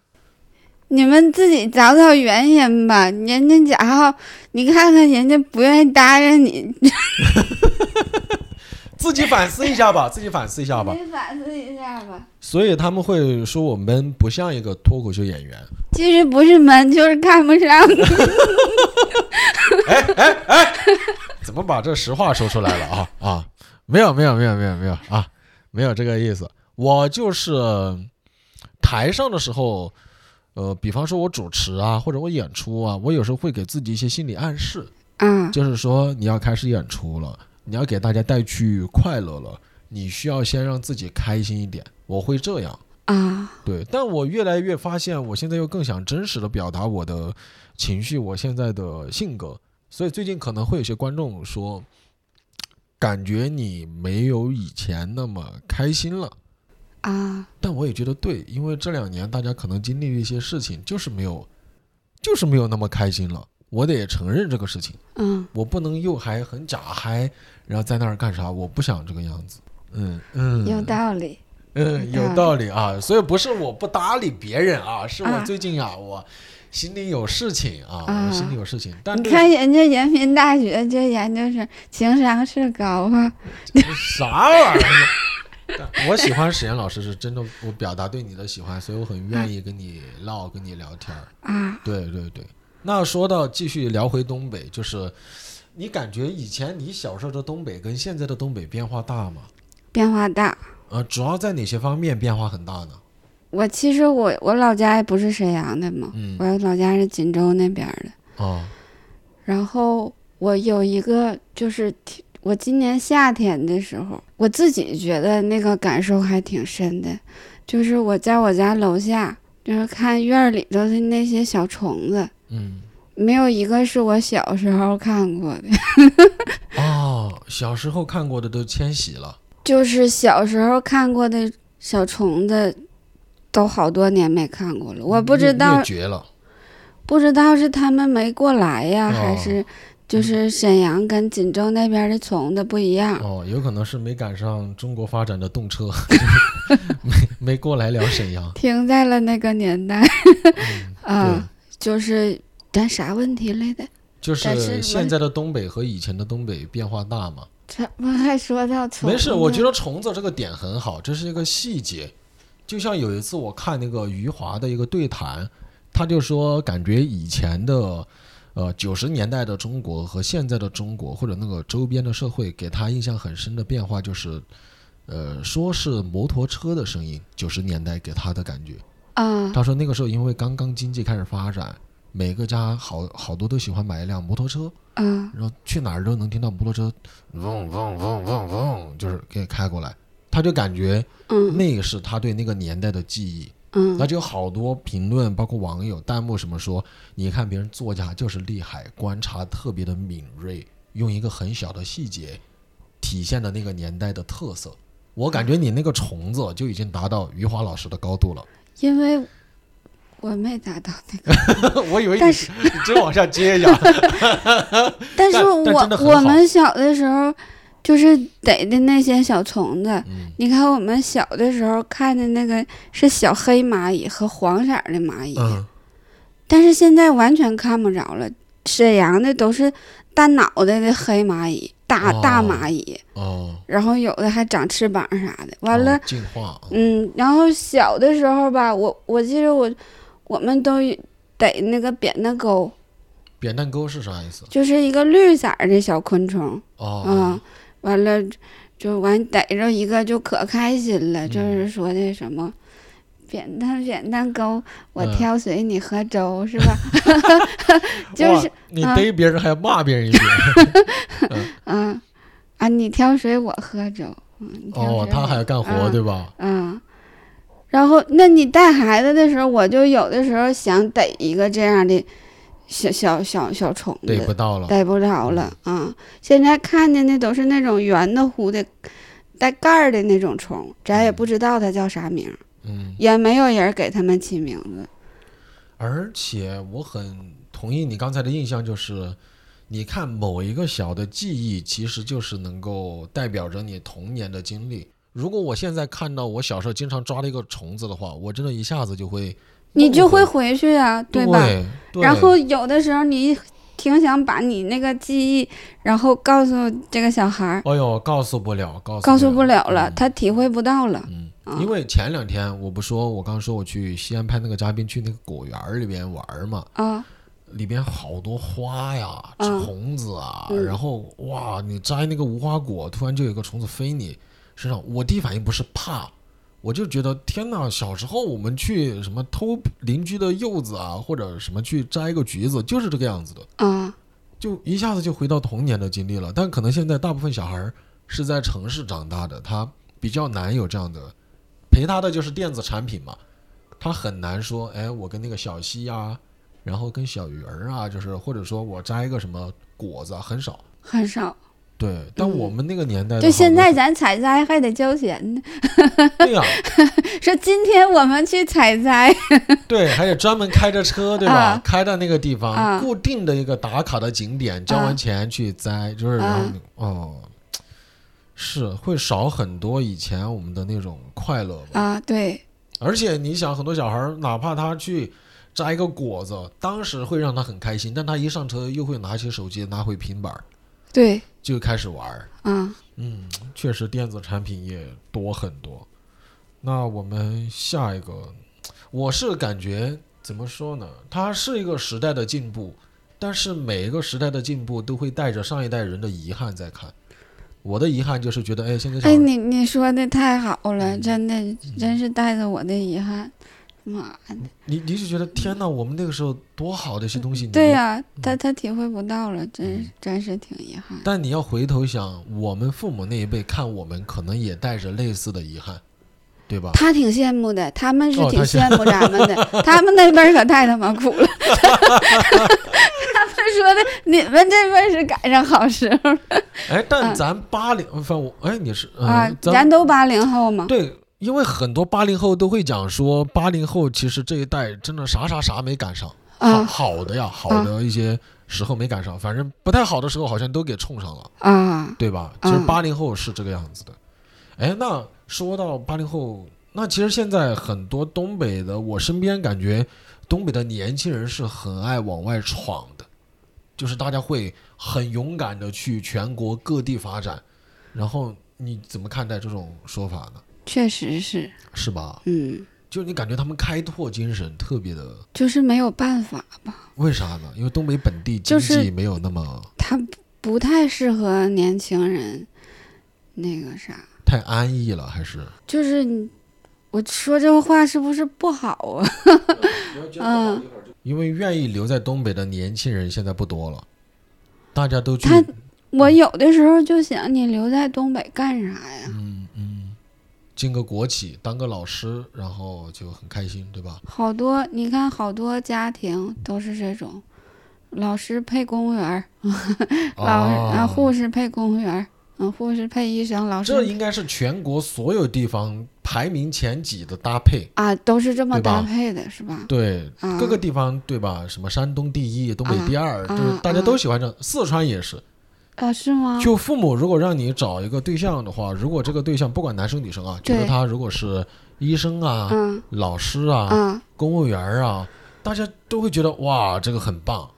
Speaker 2: 你们自己找找原因吧，人家家伙，你看看人家不愿意搭理你，
Speaker 1: 自己反思一下吧，自己反思一下吧。
Speaker 2: 你反思一下吧。
Speaker 1: 所以他们会说我们不像一个脱口秀演员。
Speaker 2: 其实不是闷，就是看不上。
Speaker 1: 怎么把这实话说出来了啊 (laughs) 啊？没有没有没有没有没有啊，没有这个意思。我就是台上的时候，呃，比方说我主持啊，或者我演出啊，我有时候会给自己一些心理暗示，
Speaker 2: 啊
Speaker 1: 就是说你要开始演出了，你要给大家带去快乐了，你需要先让自己开心一点。我会这样，
Speaker 2: 啊，
Speaker 1: 对，但我越来越发现，我现在又更想真实的表达我的情绪，我现在的性格。所以最近可能会有些观众说，感觉你没有以前那么开心了。
Speaker 2: 啊，
Speaker 1: 但我也觉得对，因为这两年大家可能经历了一些事情，就是没有，就是没有那么开心了。我得承认这个事情，
Speaker 2: 嗯，
Speaker 1: 我不能又还很假嗨，然后在那儿干啥？我不想这个样子。嗯嗯，
Speaker 2: 有道理。
Speaker 1: 嗯，有道理啊，所以不是我不搭理别人啊，是
Speaker 2: 嗯
Speaker 1: 我最近啊，我心里有事情啊，
Speaker 2: 啊
Speaker 1: 我心里有事情。但
Speaker 2: 你
Speaker 1: 这
Speaker 2: 看人家延平大学这研究生情商是高啊，
Speaker 1: 啥玩意儿？ (laughs) 但我喜欢史岩老师是真的，我表达对你的喜欢，所以我
Speaker 2: 嗯
Speaker 1: 很愿意跟你唠，跟你聊天儿。
Speaker 2: 啊，
Speaker 1: 对对对。那说到继续聊回东北，就是你感觉以前你小时候的东北跟现在的东北变化大吗？
Speaker 2: 变化大。
Speaker 1: 呃，主要在哪些方面变化很大呢？
Speaker 2: 我其实我我老家也不是沈阳的嘛，
Speaker 1: 嗯
Speaker 2: 我老家是锦州那边的。
Speaker 1: 啊
Speaker 2: 然后我有一个就是挺我今年夏天的时候，我自己觉得那个感受还挺深的，就是我在我家楼下，就是看院儿里头的那些小虫子，
Speaker 1: 嗯
Speaker 2: 没有一个是我小时候看过的。
Speaker 1: 哦，小时候看过的都迁徙了。
Speaker 2: 就是小时候看过的小虫子，都好多年没看过了。我不知道
Speaker 1: 灭，绝了。
Speaker 2: 不知道是他们没过来呀，
Speaker 1: 哦
Speaker 2: 还是就是沈阳跟锦州那边的虫子不一样。
Speaker 1: 哦，有可能是没赶上中国发展的动
Speaker 2: (laughs)
Speaker 1: 车，没没过来了沈阳。
Speaker 2: 停在了那个
Speaker 1: (laughs)
Speaker 2: 年代，
Speaker 1: 嗯
Speaker 2: 啊，就是咱啥问题来的？
Speaker 1: 就
Speaker 2: 但
Speaker 1: 是
Speaker 2: 是
Speaker 1: 现在的东北和以前的东北变化大嘛？
Speaker 2: 怎么还说到虫子？
Speaker 1: 没事，我觉得虫子这个点很好，这是一个细节。就像有一次我看那个余华的一个对谈，他就说感觉以前的。呃，九十年代的中国和现在的中国，或者那个周边的社会，给他印象很深的变化就是，呃，说是摩托车的声音，九十年代给他的感觉，
Speaker 2: 啊
Speaker 1: 他说那个时候因为刚刚经济开始发展，每个家好好多都喜欢买一辆摩托车，
Speaker 2: 啊
Speaker 1: 然后去哪儿都能听到摩托车嗡嗡嗡嗡嗡，就是给开过来。他就感觉
Speaker 2: 嗯
Speaker 1: 那个是他对那个年代的记忆，那
Speaker 2: 嗯
Speaker 1: 就有好多评论，包括网友弹幕什么说，你看别人作家就是厉害，观察特别的敏锐，用一个很小的细节体现了那个年代的特色。我感觉你那个虫子就已经达到余华老师的高度
Speaker 2: (laughs)
Speaker 1: 了。
Speaker 2: 因为我没达到那个，
Speaker 1: 我以为
Speaker 2: 但
Speaker 1: 你是你真往下接呀。
Speaker 2: (laughs) 但是
Speaker 1: 但真的很好
Speaker 2: 我我们小的时候就是逮的那些小虫子。
Speaker 1: 嗯，
Speaker 2: 你看，我们小的时候看的那个是小黑蚂蚁和黄色儿的蚂蚁，
Speaker 1: 嗯，
Speaker 2: 但是现在完全看不着了。沈阳的都是大脑袋的黑蚂蚁，大、大
Speaker 1: 哦
Speaker 2: 蚂蚁，
Speaker 1: 哦，
Speaker 2: 然后有的还长翅膀啥的。完了，
Speaker 1: 哦进化啊，
Speaker 2: 嗯，然后小的时候吧，我我记得我我们都逮那个扁担钩，
Speaker 1: 扁担钩是啥意思？
Speaker 2: 就是一个绿色儿的小昆虫，嗯
Speaker 1: 哦，，
Speaker 2: 完了就完逮着一个就可开心
Speaker 1: 嗯
Speaker 2: 了，就是说的什么。扁担扁担钩，我
Speaker 1: 嗯
Speaker 2: 挑水你喝粥、是吧？ (laughs) 就是
Speaker 1: 哇
Speaker 2: 啊
Speaker 1: 你逮别人还骂别人一遍。
Speaker 2: 嗯，啊，你挑水我喝粥。嗯， (coughs) 你挑
Speaker 1: 哦，
Speaker 2: 水
Speaker 1: 他
Speaker 2: 我
Speaker 1: 还要干活
Speaker 2: 嗯
Speaker 1: 对吧？
Speaker 2: 嗯，然后那你带孩子的时候，我就有的时候想逮一个这样的小小小小虫
Speaker 1: 逮不
Speaker 2: 子，
Speaker 1: 到了。
Speaker 2: 逮不着了啊、现在看见的都是那种圆的糊的。带盖儿的那种虫，咱也不知道它叫啥名儿，
Speaker 1: 嗯，
Speaker 2: 也没有人给它们起名字。
Speaker 1: 而且我很同意你刚才的印象，就是你看某一个小的记忆，其实就是能够代表着你童年的经历。如果我现在看到我小时候经常抓的一个虫子的话，我真的一下子就会
Speaker 2: 你就
Speaker 1: 后
Speaker 2: 会
Speaker 1: 悔
Speaker 2: 回去啊，
Speaker 1: 对
Speaker 2: 吧？
Speaker 1: 对
Speaker 2: 然后有的时候你挺想把你那个记忆，然后告诉这个小孩儿，
Speaker 1: 哎呦，告诉不了，告诉
Speaker 2: 告诉不了啊了，
Speaker 1: 嗯
Speaker 2: 他体会不到了。
Speaker 1: 嗯
Speaker 2: 啊，
Speaker 1: 因为前两天我不说，我刚说我去西安拍那个嘉宾去那个果园儿里边玩儿嘛，
Speaker 2: 啊
Speaker 1: 里边好多花呀、
Speaker 2: 嗯
Speaker 1: 虫子啊，
Speaker 2: 嗯
Speaker 1: 然后哇，你摘那个无花果，突然就有个虫子飞你身上，我第一反应不是怕。我就觉得天呐，小时候我们去什么偷邻居的柚子啊，或者什么去摘个橘子，就是这个样子的，
Speaker 2: 啊
Speaker 1: 就一下子就回到童年的经历了。但可能现在大部分小孩儿是在城市长大的，他比较难有这样的陪他的就是电子产品嘛，他很难说，哎，我跟那个小溪啊，然后跟小鱼儿啊，就是或者说我摘一个什么果子啊，很少。
Speaker 2: 很少。
Speaker 1: 对，但
Speaker 2: 嗯
Speaker 1: 我们那个年代的话，
Speaker 2: 就现在
Speaker 1: 我
Speaker 2: 咱采摘还得交钱呢。
Speaker 1: 对呀、
Speaker 2: 说今天我们去采摘，
Speaker 1: 对，还得专门开着车，对吧？
Speaker 2: 啊
Speaker 1: 开到那个地方、
Speaker 2: 啊
Speaker 1: 固定的一个打卡的景点，交完钱去摘，就是然后
Speaker 2: 啊
Speaker 1: 你哦，是会少很多以前我们的那种快乐吧。
Speaker 2: 啊，对，
Speaker 1: 而且你想，很多小孩儿哪怕他去摘一个果子，当时会让他很开心，但他一上车又会拿起手机，拿回平板儿
Speaker 2: 对，
Speaker 1: 就开始玩儿。
Speaker 2: 嗯，
Speaker 1: 嗯，确实电子产品也多很多。那我们下一个，我是感觉怎么说呢？它是一个时代的进步，但是每一个时代的进步都会带着上一代人的遗憾在看。我的遗憾就是觉得，哎，现在小孩
Speaker 2: 哎，你你说的太好了，
Speaker 1: 嗯
Speaker 2: 真的，真是带着我的遗憾。妈，
Speaker 1: 你你就觉得天呐，我们那个时候多好的一些东西，你
Speaker 2: 嗯对
Speaker 1: 没
Speaker 2: 呀、他他体会不到了，
Speaker 1: 嗯
Speaker 2: 真是真是挺遗憾。
Speaker 1: 但你要回头想，我们父母那一辈看我们，可能也带着类似的遗憾，对吧？
Speaker 2: 他挺羡慕的，他们是
Speaker 1: 哦
Speaker 2: 挺
Speaker 1: 他羡
Speaker 2: 羡慕咱们的，他们那边儿可太他妈苦了。 (laughs) 他们说的，你们这边儿是赶上好时候了
Speaker 1: 哎，但咱八零，反正我，哎，你是，嗯、
Speaker 2: 嗯啊！
Speaker 1: 咱
Speaker 2: 咱都八零后嘛，
Speaker 1: 对，因为很多八零后都会讲说，八零后其实这一代真的啥啥啥没赶上，好
Speaker 2: 啊
Speaker 1: 好的呀，好的一些时候没赶上，反正不太好的时候好像都给冲上了，
Speaker 2: 啊，
Speaker 1: 对吧？其实
Speaker 2: 嗯
Speaker 1: 八零后是这个样子的。哎，那说到八零后，那其实现在很多东北的，我身边感觉东北的年轻人是很爱往外闯的，就是大家会很勇敢的去全国各地发展，然后你怎么看待这种说法呢？
Speaker 2: 确实是，
Speaker 1: 是吧？
Speaker 2: 嗯，
Speaker 1: 就是你感觉他们开拓精神特别的，
Speaker 2: 就是没有办法吧，
Speaker 1: 为啥呢？因为东北本地经
Speaker 2: 就是
Speaker 1: 济没有那么
Speaker 2: 他不太适合年轻人，那个啥，
Speaker 1: 太安逸了，还是
Speaker 2: 就是你我说这话是不是不好啊？ (laughs) 嗯，
Speaker 1: 因为愿意留在东北的年轻人现在不多了，大家都去，
Speaker 2: 他我有的时候就想，你留在东北干啥呀？
Speaker 1: 嗯嗯，进个国企，当个老师，然后就很开心，对吧？
Speaker 2: 好多，你看，好多家庭都是这种，老师配公务员儿，
Speaker 1: 哦
Speaker 2: 老啊护士配公务员儿，嗯，护士配医生，老
Speaker 1: 这
Speaker 2: 师
Speaker 1: 应该是全国所有地方排名前几的搭配，
Speaker 2: 啊，都是这么
Speaker 1: 对吧
Speaker 2: 搭配的，是吧？
Speaker 1: 对，
Speaker 2: 啊
Speaker 1: 各个地方对吧？什么山东第一，东北第二，就
Speaker 2: 啊
Speaker 1: 是大家
Speaker 2: 啊
Speaker 1: 都喜欢这样，四川也是。
Speaker 2: 啊，是吗？
Speaker 1: 就父母如果让你找一个对象的话，如果这个对象不管男生女生啊，觉
Speaker 2: 对
Speaker 1: 得他如果是医生啊、
Speaker 2: 嗯
Speaker 1: 老师啊、
Speaker 2: 啊
Speaker 1: 公务员啊，大家都会觉得哇，这个很棒。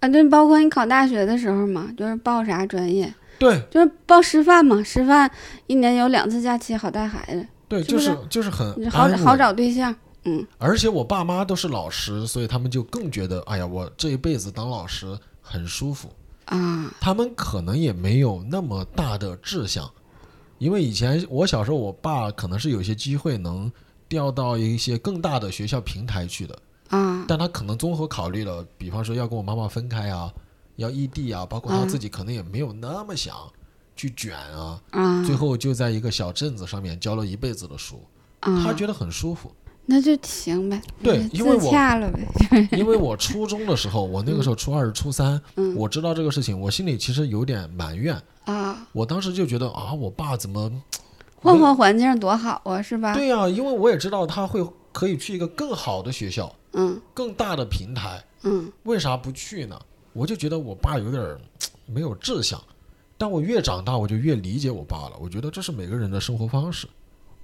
Speaker 2: 啊，对，包括你考大学的时候嘛，就是报啥专业，
Speaker 1: 对
Speaker 2: 就是报师范嘛，师范一年有两次假期，好带孩子，
Speaker 1: 对，
Speaker 2: 是
Speaker 1: 就
Speaker 2: 不
Speaker 1: 是
Speaker 2: 是
Speaker 1: 就是很
Speaker 2: 你好
Speaker 1: 安
Speaker 2: 找
Speaker 1: 稳
Speaker 2: 好。找对象。嗯，
Speaker 1: 而且我爸妈都是老师，所以他们就更觉得，哎呀，我这一辈子当老师很舒服。
Speaker 2: 啊，
Speaker 1: 他们可能也没有那么大的志向，因为以前我小时候，我爸可能是有些机会能调到一些更大的学校平台去的。
Speaker 2: 啊
Speaker 1: 但他可能综合考虑了，比方说要跟我妈妈分开啊，要异地啊，包括他自
Speaker 2: 嗯
Speaker 1: 己可能也没有那么想去卷啊，
Speaker 2: 啊
Speaker 1: 最后就在一个小镇子上面教了一辈子的书，他
Speaker 2: 啊，
Speaker 1: 觉得很舒
Speaker 2: (laughs)
Speaker 1: 服。
Speaker 2: 那就行呗，
Speaker 1: 对
Speaker 2: 就
Speaker 1: 因为
Speaker 2: 自
Speaker 1: 我
Speaker 2: 洽了呗。
Speaker 1: 因为我初中的时候，我那个时候初二、初三，
Speaker 2: 嗯
Speaker 1: 我知道这个事情，我心里其实有点埋怨，
Speaker 2: 啊，
Speaker 1: 我当时就觉得啊，我爸怎么
Speaker 2: 换换环境多好啊，是吧？
Speaker 1: 对呀、因为我也知道他会可以去一个更好的学校、
Speaker 2: 嗯
Speaker 1: 更大的平台，
Speaker 2: 嗯
Speaker 1: 为啥不去呢？我就觉得我爸有点儿没有志向，但我越长大，我就越理解我爸了。我觉得这是每个人的生活方式，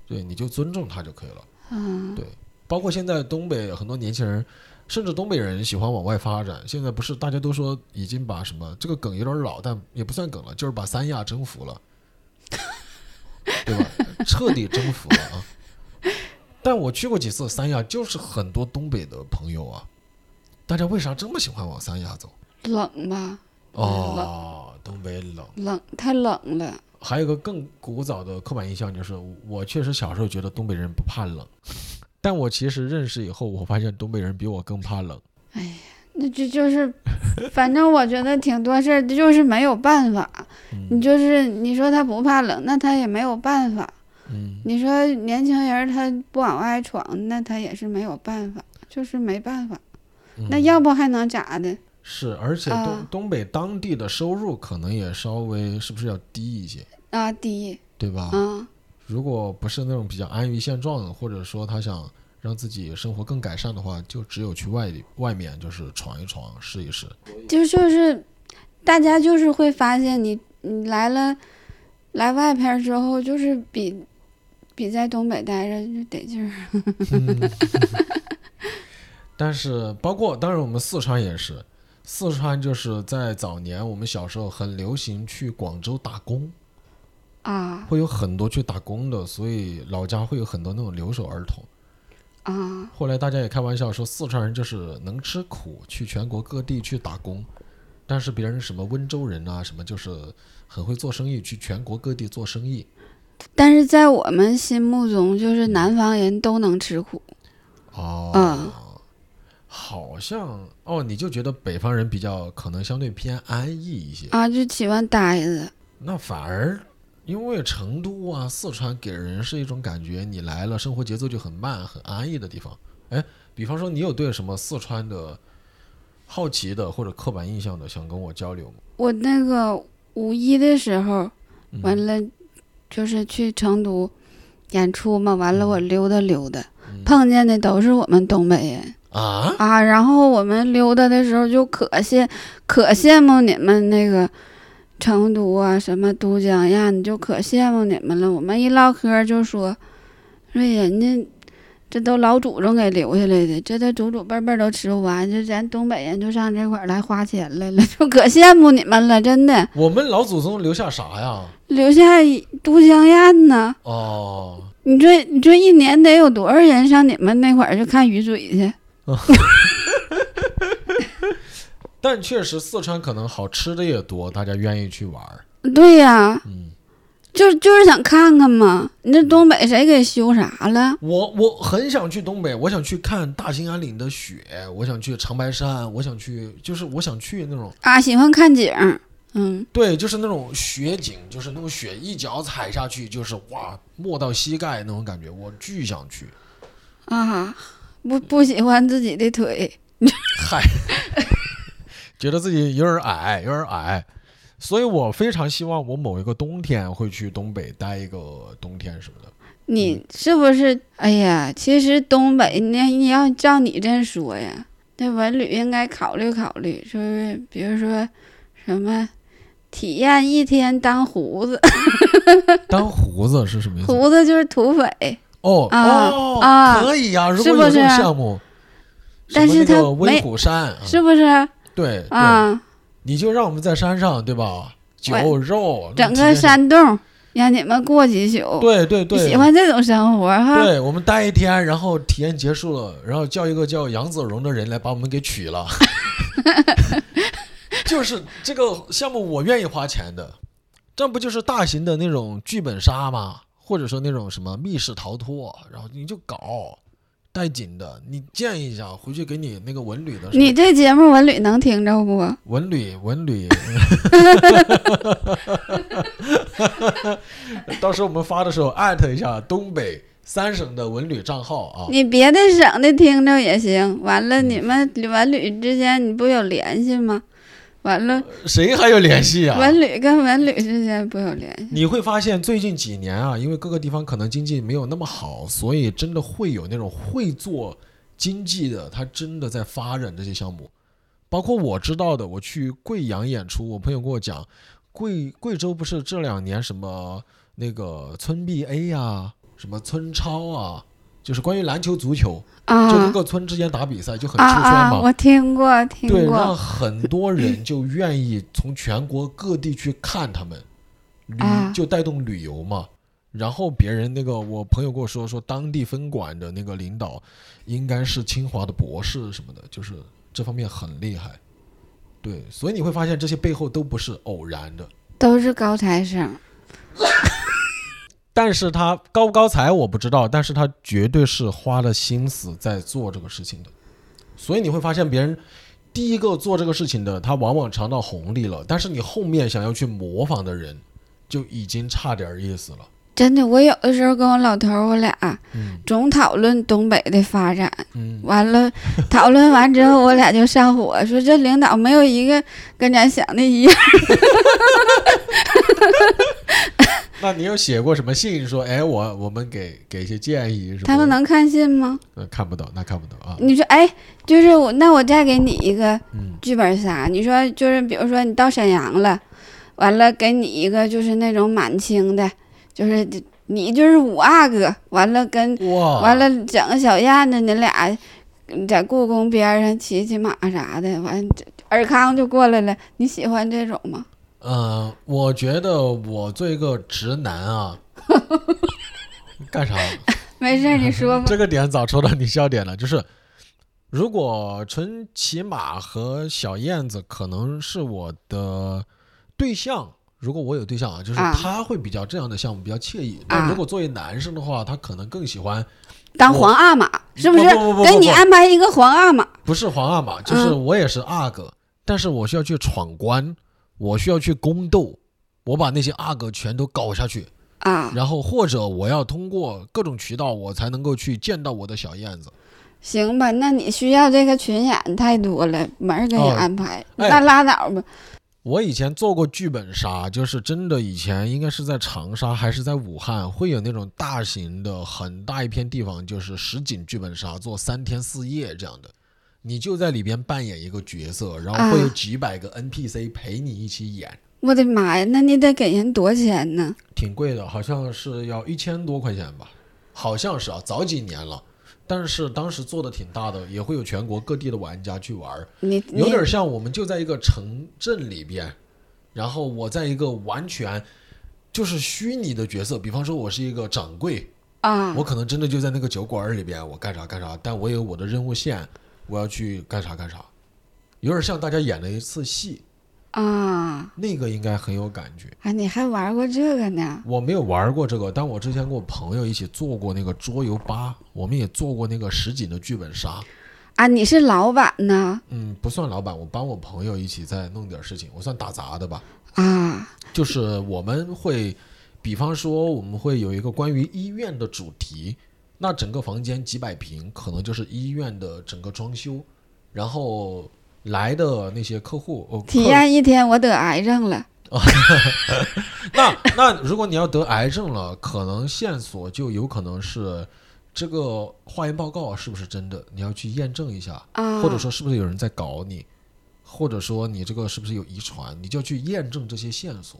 Speaker 1: 对，你就尊重他就可以了。
Speaker 2: 嗯
Speaker 1: 包括现在东北很多年轻人，甚至东北人喜欢往外发展。现在不是大家都说已经把什么这个梗有点老，但也不算梗了，就是把三亚征服了，对吧？彻底征服了啊！但我去过几次三亚，就是很多东北的朋友啊，大家为啥这么喜欢往三亚走？
Speaker 2: 冷吧，
Speaker 1: 哦，东北冷。
Speaker 2: 冷太冷了。
Speaker 1: 还有一个更古早的刻板印象就是，我确实小时候觉得东北人不怕冷，但我其实认识以后，我发现东北人比我更怕冷。
Speaker 2: 那就就是，反正我觉得挺多事儿，就是没有办法。你
Speaker 1: 嗯，
Speaker 2: 就是你说他不怕冷，那他也没有办法。
Speaker 1: 嗯，
Speaker 2: 你说年轻人他不往外闯，那他也是没有办法，就是没办法。
Speaker 1: 嗯
Speaker 2: 那要不还能咋的？
Speaker 1: 是，而且东、
Speaker 2: 啊
Speaker 1: 东北当地的收入可能也稍微是不是要低一些，
Speaker 2: 啊，第一，
Speaker 1: 对吧？
Speaker 2: 啊，
Speaker 1: 如果不是那种比较安于现状，或者说他想让自己生活更改善的话，就只有去外地外面就是闯一闯，试一试。
Speaker 2: 就就是，大家就是会发现你你来了，来外边儿之后，就是比比在东北待着就得劲儿。
Speaker 1: 但是包括当然我们四川也是，四川就是在早年我们小时候很流行去广州打工，
Speaker 2: 啊
Speaker 1: 会有很多去打工的，所以老家会有很多那种留守儿童。
Speaker 2: 啊，
Speaker 1: 后来大家也开玩笑说，四川人就是能吃苦，去全国各地去打工。但是别人什么温州人啊，什么就是很会做生意，去全国各地做生意
Speaker 2: 但是在我们心目中，就是南方人都能吃苦。
Speaker 1: 哦。
Speaker 2: 嗯
Speaker 1: 好像哦，你就觉得北方人比较可能相对偏安逸一些，
Speaker 2: 啊，就喜欢呆着。
Speaker 1: 那反而因为成都啊、四川给人是一种感觉，你来了生活节奏就很慢、很安逸的地方。哎，比方说你有对什么四川的好奇的或者刻板印象的想跟我交流吗？
Speaker 2: 我那个五一的时候，
Speaker 1: 嗯
Speaker 2: 完了就是去成都演出嘛，完了我溜达溜达，碰见的都是我们东北人
Speaker 1: 啊，
Speaker 2: 啊。然后我们溜达的时候就可羡可羡慕你们那个。成都啊，什么都江堰，你就可羡慕你们了。我们一唠嗑就说，说人家这都老祖宗给留下来的，这都祖祖辈辈都吃不完，这咱东北人就上这块儿来花钱来了， (laughs) 就可羡慕你们了，真的。
Speaker 1: 我们老祖宗留下啥呀？
Speaker 2: 留下都江堰呢？
Speaker 1: 哦，
Speaker 2: 你说你说一年得有多少人上你们那块儿去看鱼嘴去？
Speaker 1: 但确实四川可能好吃的也多，大家愿意去玩儿。
Speaker 2: 对呀、
Speaker 1: 嗯，
Speaker 2: 就就是想看看嘛。你这东北谁给修啥了？
Speaker 1: 我我很想去东北，我想去看大兴安岭的雪，我想去长白山，我想去，就是我想去那种，
Speaker 2: 啊，喜欢看景儿，嗯，
Speaker 1: 对，就是那种雪景，就是那种雪一脚踩下去，就是哇，没到膝盖那种感觉，我巨想去。
Speaker 2: 啊，不不喜欢自己的腿，
Speaker 1: 嗨，觉得自己有点矮，有点矮，所以我非常希望我某一个冬天会去东北待一个冬天什么的。
Speaker 2: 你是不是？哎呀，其实东北那你要照你这说呀，那文旅应该考虑考虑，是不是？比如说什么体验一天当胡子，
Speaker 1: 嗯当胡子是什么意思？
Speaker 2: 胡子就是土匪。
Speaker 1: 哦
Speaker 2: 啊
Speaker 1: 哦，
Speaker 2: 啊
Speaker 1: 可以呀、如
Speaker 2: 是
Speaker 1: 果
Speaker 2: 不
Speaker 1: 有这种
Speaker 2: 是啊
Speaker 1: 项目，
Speaker 2: 但是
Speaker 1: 什么那
Speaker 2: 它
Speaker 1: 个
Speaker 2: 没
Speaker 1: 威虎山，啊
Speaker 2: 是不是
Speaker 1: 对对、
Speaker 2: 啊？
Speaker 1: 你就让我们在山上，对吧？酒
Speaker 2: 我
Speaker 1: 肉，那
Speaker 2: 整
Speaker 1: 体
Speaker 2: 个
Speaker 1: 验
Speaker 2: 山洞让你们过几宿，
Speaker 1: 对对对，
Speaker 2: 喜欢这种生活哈？
Speaker 1: 对我们待一天，然后体验结束了，然后叫一个叫杨子荣的人来把我们给娶了。就是这个项目，我愿意花钱的。这不就是大型的那种剧本杀吗？或者说那种什么密室逃脱，然后你就搞带紧的，你建议一下，回去给你那个文旅的什么
Speaker 2: 你这节目文旅能听着不？
Speaker 1: 文旅文旅， (laughs) 到时候我们发的时候艾特一下东北三省的文旅账号啊。
Speaker 2: 你别的省的听着也行。完
Speaker 1: 嗯
Speaker 2: 了，你们文旅之间你不有联系吗？完了，
Speaker 1: 谁还有联系啊？
Speaker 2: 文旅跟文旅之间不有联系
Speaker 1: 你会发现最近几年啊，因为各个地方可能经济没有那么好，所以真的会有那种会做经济的，他真的在发展这些项目。包括我知道的，我去贵阳演出，我朋友跟我讲，贵贵州不是这两年什么那个村 BA 呀、什么村超啊，就是关于篮球、足球，就各
Speaker 2: 啊
Speaker 1: 个村之间打比赛就很
Speaker 2: 啊
Speaker 1: 出圈嘛。
Speaker 2: 啊！我听过，
Speaker 1: 对，
Speaker 2: 听
Speaker 1: 让
Speaker 2: 过
Speaker 1: 很多人就愿意从全国各地去看他们，旅
Speaker 2: 啊
Speaker 1: 就带动旅游嘛。然后别人那个我朋友跟我说，说当地分馆的那个领导应该是清华的博士什么的，就是这方面很厉害。对，所以你会发现这些背后都不是偶然的。
Speaker 2: 都是高材生。
Speaker 1: 但是他高不高才我不知道，但是他绝对是花了心思在做这个事情的，所以你会发现别人第一个做这个事情的，他往往尝到红利了，但是你后面想要去模仿的人，就已经差点意思了。
Speaker 2: 真的，我有的时候跟我老头儿，我俩
Speaker 1: 嗯
Speaker 2: 总讨论东北的发展，
Speaker 1: 嗯
Speaker 2: 完
Speaker 1: (laughs)
Speaker 2: 了讨论完之后，我俩就上火，说这领导没有一个跟咱想的一样。
Speaker 1: 那你有写过什么信说，哎，我我们给给一些建议什么的？
Speaker 2: 他们能看信吗？
Speaker 1: 呃看不懂，那看不懂啊。
Speaker 2: 你说，哎，就是我，那我再给你一个
Speaker 1: 嗯
Speaker 2: 剧本杀。你说，就是比如说你到沈阳了，完了给你一个就是那种满清的，就是你就是五阿哥，完了跟
Speaker 1: 哇，
Speaker 2: 完了整个小燕子，你俩在故宫边上骑骑马啥的，完了这尔康就过来了。你喜欢这种吗？
Speaker 1: 呃，我觉得我做一个直男
Speaker 2: (laughs)
Speaker 1: 啊，干啥？
Speaker 2: 没事儿，你说 (laughs) 吧。
Speaker 1: 这个点早戳到你笑点了， (laughs) 就是如果纯骑马和小燕子可能是我的对象，如果我有对象啊，就是
Speaker 2: 啊
Speaker 1: 他会比较这样的项目比较惬意。但如果作为男生的话，他可能更喜欢
Speaker 2: 当皇阿玛是不是
Speaker 1: 不不不不？
Speaker 2: 给你
Speaker 1: 不
Speaker 2: 安排一个皇阿玛，
Speaker 1: 不是皇阿玛，就是我也是阿哥，但是我需要去闯关，我需要去宫斗，我把那些阿哥全都搞下去。
Speaker 2: 啊，
Speaker 1: 然后或者我要通过各种渠道，我才能够去见到我的小燕子。
Speaker 2: 行吧？那你需要这个群演太多了，没人给你
Speaker 1: 哦
Speaker 2: 安排，
Speaker 1: 哎
Speaker 2: 那拉倒吧。
Speaker 1: 我以前做过剧本杀，就是真的以前应该是在长沙还是在武汉，会有那种大型的很大一片地方，就是实景剧本杀，做三天四夜这样的。你就在里边扮演一个角色，然后会有
Speaker 2: 啊
Speaker 1: 几百个 NPC 陪你一起演，
Speaker 2: 我的妈呀，那你得给人多少钱呢？
Speaker 1: 挺贵的，好像是要一千多块钱吧，好像是啊，早几年了。但是当时做的挺大的，也会有全国各地的玩家去玩。
Speaker 2: 你你
Speaker 1: 有点像我们就在一个城镇里边，然后我在一个完全就是虚拟的角色，比方说我是一个掌柜，
Speaker 2: 啊
Speaker 1: 我可能真的就在那个酒馆儿里边，我干啥干啥，但我有我的任务线，我要去干啥干啥，有点像大家演了一次戏，
Speaker 2: 啊
Speaker 1: 那个应该很有感觉。
Speaker 2: 啊！你还玩过这个呢？
Speaker 1: 我没有玩过这个，但我之前跟我朋友一起做过那个桌游吧，我们也做过那个实景的剧本杀。
Speaker 2: 啊，你是老板呢？
Speaker 1: 嗯，不算老板，我帮我朋友一起再弄点事情，我算打杂的吧。
Speaker 2: 啊
Speaker 1: 就是我们会，比方说我们会有一个关于医院的主题，那整个房间几百平，可能就是医院的整个装修，然后来的那些客户，哦、
Speaker 2: (laughs) 体验一天我得癌症了
Speaker 1: 客 (laughs) 那那如果你要得癌症了，可能线索就有可能是这个化验报告是不是真的，你要去验证一下，
Speaker 2: 啊！
Speaker 1: 或者说是不是有人在搞你，或者说你这个是不是有遗传，你就去验证这些线索。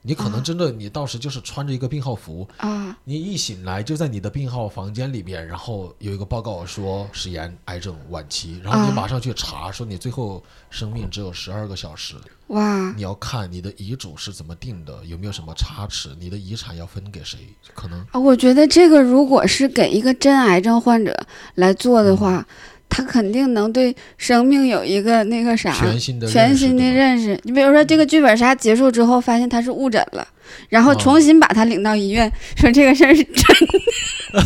Speaker 1: 你可能真的，你到时就是穿着一个病号服，
Speaker 2: 啊
Speaker 1: 你一醒来就在你的病号房间里边，然后有一个报告说食盐癌症晚期，然后你
Speaker 2: 啊
Speaker 1: 马上去查，说你最后生命只有十二个小时，
Speaker 2: 哇
Speaker 1: 你要看你的遗嘱是怎么定的，有没有什么差池，你的遗产要分给谁，可能
Speaker 2: 啊！我觉得这个如果是给一个真癌症患者来做的话，
Speaker 1: 嗯
Speaker 2: 他肯定能对生命有一个那个啥
Speaker 1: 全新的
Speaker 2: 啊
Speaker 1: 嗯
Speaker 2: 全
Speaker 1: 认识
Speaker 2: 新的
Speaker 1: 对吧
Speaker 2: 认识。你比如说，这个剧本杀结束之后，发现他是误诊了，然后
Speaker 1: 哦
Speaker 2: 重新把他领到医院，说这个事儿是真的。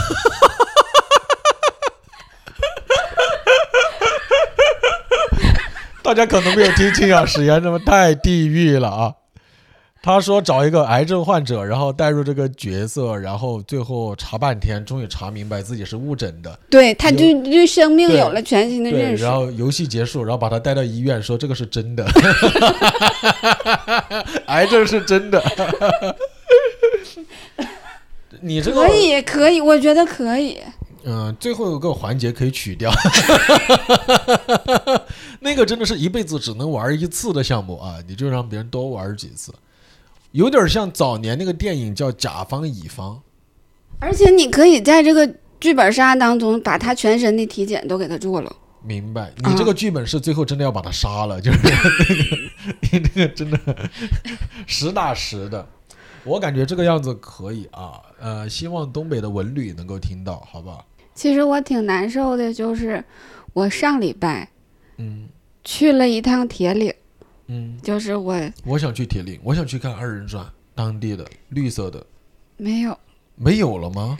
Speaker 1: 大家可能没有听清啊，史岩这么太地狱了啊！他说找一个癌症患者，然后带入这个角色，然后最后查半天，终于查明白自己是误诊的。
Speaker 2: 对，他就对生命
Speaker 1: 对
Speaker 2: 有了全新的
Speaker 1: 对，
Speaker 2: 认识
Speaker 1: 然。后游戏结束，然后把他带到医院，说这个是真的， (laughs) 癌症是真
Speaker 2: (laughs)
Speaker 1: 的。你这个
Speaker 2: 可以，可以，我觉得可以。
Speaker 1: 嗯、最后有个环节可以取掉， (laughs) 那个真的是一辈子只能玩一次的项目啊！你就让别人多玩几次，有点像早年那个电影叫《甲方乙方》。
Speaker 2: 而且你可以在这个剧本杀当中把他全身的体检都给他做了。
Speaker 1: 明白，你这个剧本是最后真的要把他杀了，就是 (laughs) 你这个真的实打实的。我感觉这个样子可以啊，呃，希望东北的文旅能够听到，好不好？
Speaker 2: 其实我挺难受的，就是我上礼拜
Speaker 1: 嗯
Speaker 2: 去了一趟铁岭，
Speaker 1: 嗯，
Speaker 2: 就是我
Speaker 1: 我想去铁岭，我想去看二人转，当地的绿色的
Speaker 2: 没有
Speaker 1: 没有了吗？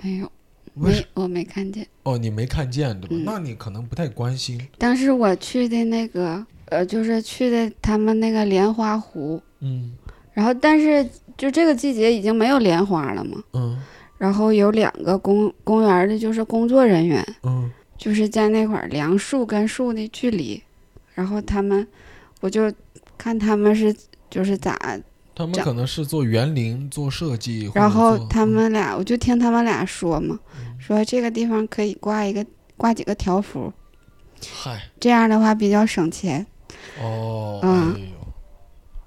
Speaker 2: 没有
Speaker 1: 为什
Speaker 2: 没我没看见。
Speaker 1: 哦，你没看见对吧？
Speaker 2: 嗯
Speaker 1: 那你可能不太关心。
Speaker 2: 当时我去的那个呃，就是去的他们那个莲花湖，
Speaker 1: 嗯
Speaker 2: 然后但是就这个季节已经没有莲花了嘛，
Speaker 1: 嗯
Speaker 2: 然后有两个公公园的就是工作人员，
Speaker 1: 嗯
Speaker 2: 就是在那块儿量树跟树的距离，然后他们我就看他们是就是咋，
Speaker 1: 他们
Speaker 2: 这
Speaker 1: 可能是做园林、做设计，或者
Speaker 2: 然后
Speaker 1: 做
Speaker 2: 他们俩我就听他们俩说嘛，说这个地方可以挂一个挂几个条幅，
Speaker 1: 嗨
Speaker 2: 这样的话比较省钱。
Speaker 1: 哦，
Speaker 2: 嗯
Speaker 1: 哎呦，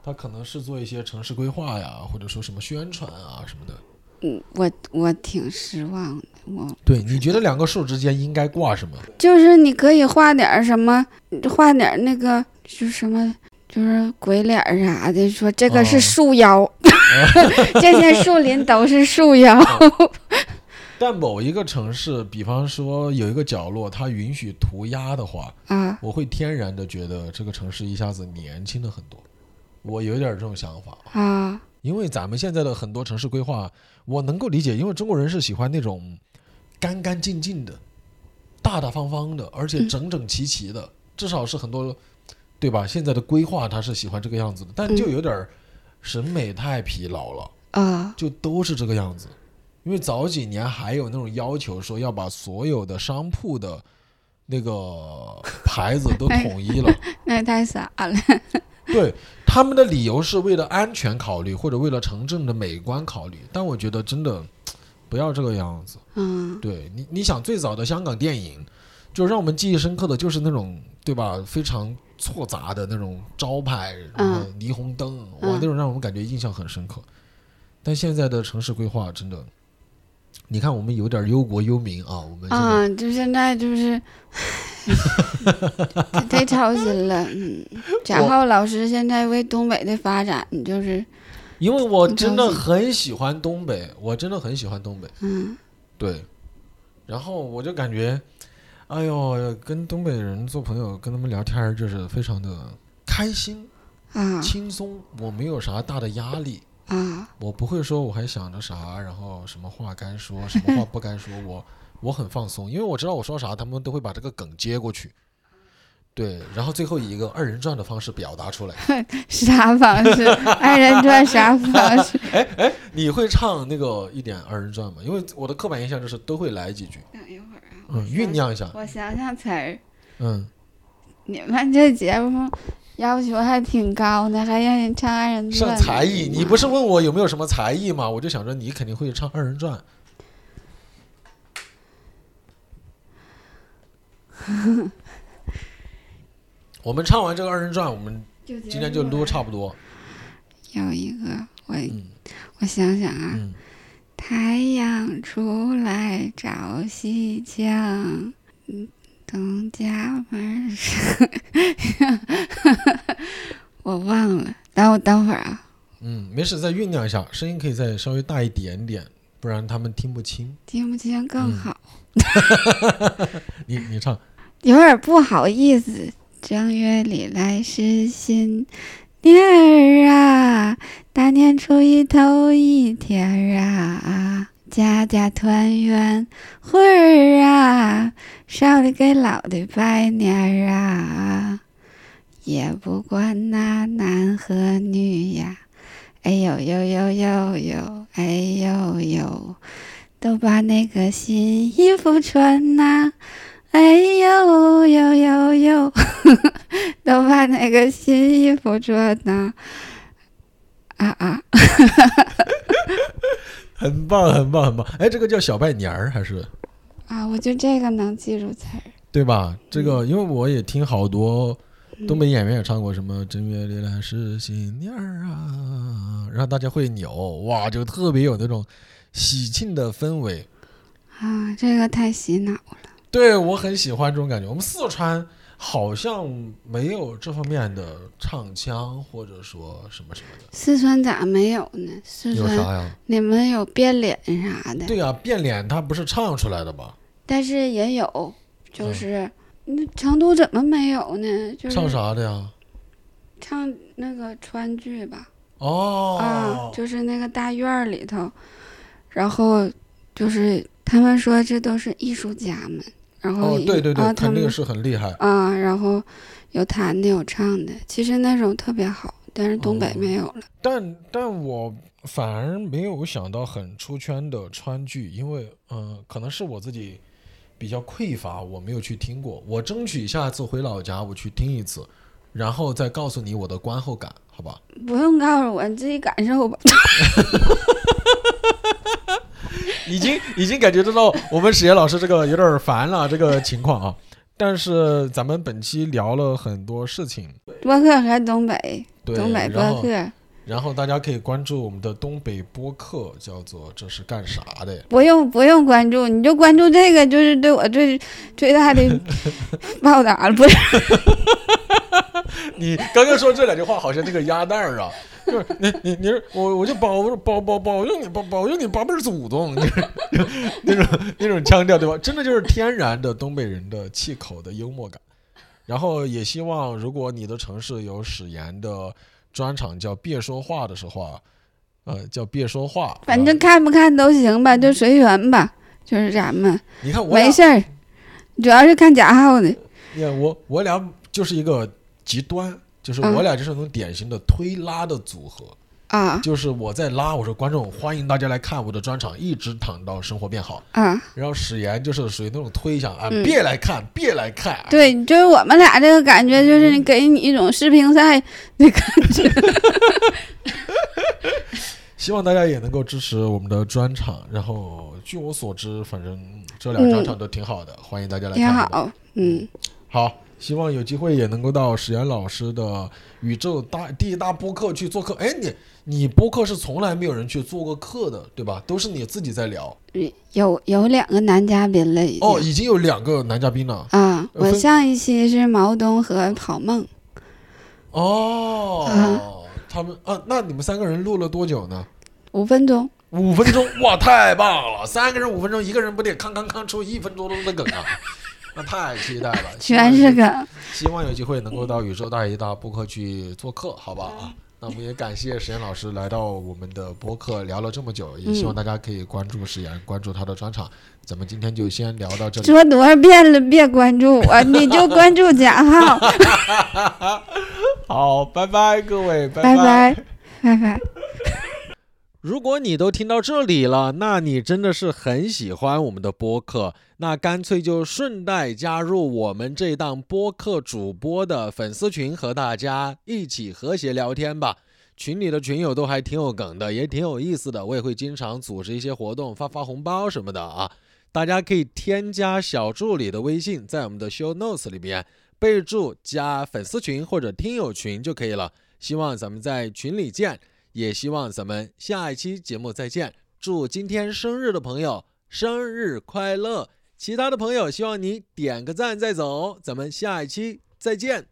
Speaker 1: 他可能是做一些城市规划呀，或者说什么宣传啊什么的。
Speaker 2: 嗯，我我挺失望的，我
Speaker 1: 对，你觉得两个树之间应该挂什么？
Speaker 2: 就是你可以画点儿什么，画点儿那个就是什么，就是鬼脸儿啥的，说这个
Speaker 1: 哦
Speaker 2: 是树妖，
Speaker 1: (laughs)
Speaker 2: 这些树林都是树妖。
Speaker 1: 但某一个城市，比方说有一个角落，它允许涂鸦的话，
Speaker 2: 啊，
Speaker 1: 我会天然的觉得这个城市一下子年轻了很多。我有点这种想法，
Speaker 2: 啊，
Speaker 1: 因为咱们现在的很多城市规划，我能够理解，因为中国人是喜欢那种干干净净的、大大方方的，而且整整齐齐的，至少是很多，对吧？现在的规划他是喜欢这个样子的，但就有点儿审美太疲劳了，
Speaker 2: 啊，
Speaker 1: 就都是这个样子。因为早几年还有那种要求，说要把所有的商铺的那个牌子都统一了，
Speaker 2: 那也太傻了。
Speaker 1: (laughs) 对，他们的理由是为了安全考虑，或者为了城镇的美观考虑。但我觉得真的不要这个样子。
Speaker 2: 嗯，
Speaker 1: 对你，你想最早的香港电影，就让我们记忆深刻的就是那种对吧，非常错杂的那种招牌，然后霓虹灯，
Speaker 2: 嗯
Speaker 1: 哇，那种让我们感觉印象很深刻。但现在的城市规划真的，你看我们有点忧国忧民啊，我们现在
Speaker 2: 啊，就现在
Speaker 1: (laughs)
Speaker 2: 就是。唉太操心了，嗯，贾
Speaker 1: 我
Speaker 2: 浩老师现在为东北的发展，就是，
Speaker 1: 因为我
Speaker 2: 很
Speaker 1: 真
Speaker 2: 高
Speaker 1: 的
Speaker 2: 兴
Speaker 1: 很喜欢东北，我真的很喜欢东北。
Speaker 2: 嗯，
Speaker 1: 对，然后我就感觉，哎呦，跟东北人做朋友，跟他们聊天儿就是非常的开心、
Speaker 2: 啊
Speaker 1: 轻松，我没有啥大的压力， (laughs)
Speaker 2: 啊，
Speaker 1: 我不会说我还想着啥，然后什么话该说，什么话不该说，我我很放松，因为我知道我说啥，他们都会把这个梗接过去。对，然后最后以一个二人转的方式表达出来。
Speaker 2: 啥方式？二人转啥方式？
Speaker 1: 你会唱那个一点二人转吗？因为我的刻板印象就是都会来几句，
Speaker 2: 等一会儿啊，
Speaker 1: 嗯，酝酿一下，
Speaker 2: 我想想词儿。
Speaker 1: 嗯，
Speaker 2: 你们这节目要求还挺高呢，还让人唱二人转
Speaker 1: 上
Speaker 2: 呢。
Speaker 1: 才艺，你不是问我有没有什么才艺吗？我就想着你肯定会唱二人转。 (laughs) 我们唱完这个二人转，我们
Speaker 2: 就
Speaker 1: 今天就撸差不多。
Speaker 2: 有一个，我、
Speaker 1: 嗯
Speaker 2: 我想想啊，
Speaker 1: 嗯，
Speaker 2: 太阳出来照西江，嗯，东家门是， (laughs) 我忘了。等我等会儿啊，
Speaker 1: 嗯，没事，再酝酿一下，声音可以再稍微大一点点，不然他们听不清。
Speaker 2: 听不清更
Speaker 1: 嗯
Speaker 2: 好。
Speaker 1: 你你唱， (laughs)
Speaker 2: 有点不好意思。正月里来是新年儿啊，大年初一头一天儿啊，家家团圆会儿啊，少的给老的拜年儿啊，也不管那男和女呀，哎呦呦呦呦呦，哎呦呦，都把那个新衣服穿呐、哎呦呦呦呦， (laughs) 都把那个新衣服穿呢。啊啊，
Speaker 1: 很棒，很棒，很棒。哎，这个叫小拜年儿还是？
Speaker 2: 啊！我就这个能记住词儿。
Speaker 1: 对吧？这个因为我也听好多东北演员也唱过什么“正月里来是新年儿啊”，然后大家会扭，哇，就特别有那种喜庆的氛围。
Speaker 2: 啊，这个太洗脑了。
Speaker 1: 对我很喜欢这种感觉。我们四川好像没有这方面的唱腔，或者说什么什么的。
Speaker 2: 四川咋没有呢？四
Speaker 1: 有
Speaker 2: 川
Speaker 1: 啥呀？
Speaker 2: 你们有变脸啥的，
Speaker 1: 对呀、变脸它不是唱出来的吗？
Speaker 2: 但是也有，就
Speaker 1: 嗯
Speaker 2: 是那、成都怎么没有呢？就是
Speaker 1: 唱啥的呀？
Speaker 2: 唱那个川剧吧。啊
Speaker 1: 哦，，
Speaker 2: 就是那个大院儿里头，然后就是他们说这都是艺术家们，然后
Speaker 1: 哦，
Speaker 2: 一
Speaker 1: 对对
Speaker 2: 啊
Speaker 1: 对，
Speaker 2: 他
Speaker 1: 肯
Speaker 2: 们
Speaker 1: 定是很厉害。
Speaker 2: 啊，然后有弹的有唱的，其实那种特别好，但是东北
Speaker 1: 哦
Speaker 2: 没有了。
Speaker 1: 但但我反而没有想到很出圈的川剧，因为嗯、呃可能是我自己比较匮乏，我没有去听过。我争取下次回老家我去听一次，然后再告诉你我的观后感，好吧？
Speaker 2: 不用告诉我，你自己感受吧。
Speaker 1: 已经已经感觉得到我们史岩老师这个有点烦了这个情况啊。但是咱们本期聊了很多事情，
Speaker 2: 播客还是东北，
Speaker 1: 对，
Speaker 2: 东北
Speaker 1: 然
Speaker 2: 播
Speaker 1: 后
Speaker 2: 客
Speaker 1: 然后大家可以关注我们的东北播客，叫做“这是干啥的
Speaker 2: 不用不用关注，你就关注这个，就是对我最最大
Speaker 1: (laughs)
Speaker 2: 的报答了。不是，”。
Speaker 1: 你刚刚说这两句话，好像那个鸭蛋儿啊，就是你你你是我我就保保保保佑你保保佑你八辈儿祖宗，就是那种那种腔调，对吧？真的就是天然的东北人的气口的幽默感。然后也希望，如果你的城市有史岩的专场叫“别说话”的时候啊，呃，叫“别说话”，
Speaker 2: 反正
Speaker 1: 啊
Speaker 2: 看不看都行吧，就随缘吧。就是咱们
Speaker 1: 你看我俩
Speaker 2: 没事儿，主要是看贾浩的。
Speaker 1: 呀，我我俩就是一个极端，就是
Speaker 2: 嗯
Speaker 1: 我俩就是那种典型的推拉的组合，
Speaker 2: 啊
Speaker 1: 就是我在拉，我说观众欢迎大家来看我的专场，一直躺到生活变好。
Speaker 2: 啊，
Speaker 1: 然后史岩就是属于那种推一下，啊，
Speaker 2: 嗯
Speaker 1: 别来看，别来看。，啊
Speaker 2: 对，就是我们俩这个感觉，就是给你一种世乒赛的感觉。
Speaker 1: 希望大家也能够支持我们的专场。然后据我所知，反正这俩专场都挺好的，欢迎大家来
Speaker 2: 嗯挺
Speaker 1: 看吧。
Speaker 2: 好，嗯，
Speaker 1: 好，希望有机会也能够到史岩老师的宇宙大第一大播客去做客。哎，你你播客是从来没有人去做过客的，对吧？都是你自己在聊。
Speaker 2: 嗯有有两个男嘉宾了已经。
Speaker 1: 哦，已经有两个男嘉宾了。
Speaker 2: 啊，
Speaker 1: 呃
Speaker 2: 我
Speaker 1: 分
Speaker 2: 上一期是毛东和郝梦，
Speaker 1: 哦，
Speaker 2: 啊
Speaker 1: 他们啊，那你们三个人录了多久呢？
Speaker 2: 五分钟。
Speaker 1: 五分钟， (laughs) 哇，太棒了！三个人五分钟，一个人不得康康康出一分多钟的梗啊！ (laughs) 那太期待了，希望
Speaker 2: (laughs) 全
Speaker 1: 有
Speaker 2: 啊是
Speaker 1: 机
Speaker 2: 梗。
Speaker 1: 希望有机会能够到宇宙大一大播客去做客，好吧
Speaker 2: 嗯
Speaker 1: 啊？那我们也感谢石岩老师来到我们的播客，聊了这么久，
Speaker 2: 嗯
Speaker 1: 也希望大家可以关注石岩，关注他的专场。咱们今天就先聊到这里。
Speaker 2: 说多少遍了，别关注我，你就关注贾 (laughs) 浩，
Speaker 1: 好，拜拜，各位，
Speaker 2: 拜拜，拜拜。
Speaker 3: 如果你都听到这里了，那你真的是很喜欢我们的播客，那干脆就顺带加入我们这档播客主播的粉丝群，和大家一起和谐聊天吧。群里的群友都还挺有梗的，也挺有意思的，我也会经常组织一些活动，发发红包什么的啊。大家可以添加小助理的微信，在我们的 show notes 里面备注加粉丝群或者听友群就可以了。希望咱们在群里见。也希望咱们下一期节目再见。祝今天生日的朋友生日快乐！其他的朋友，希望你点个赞再走。咱们下一期再见。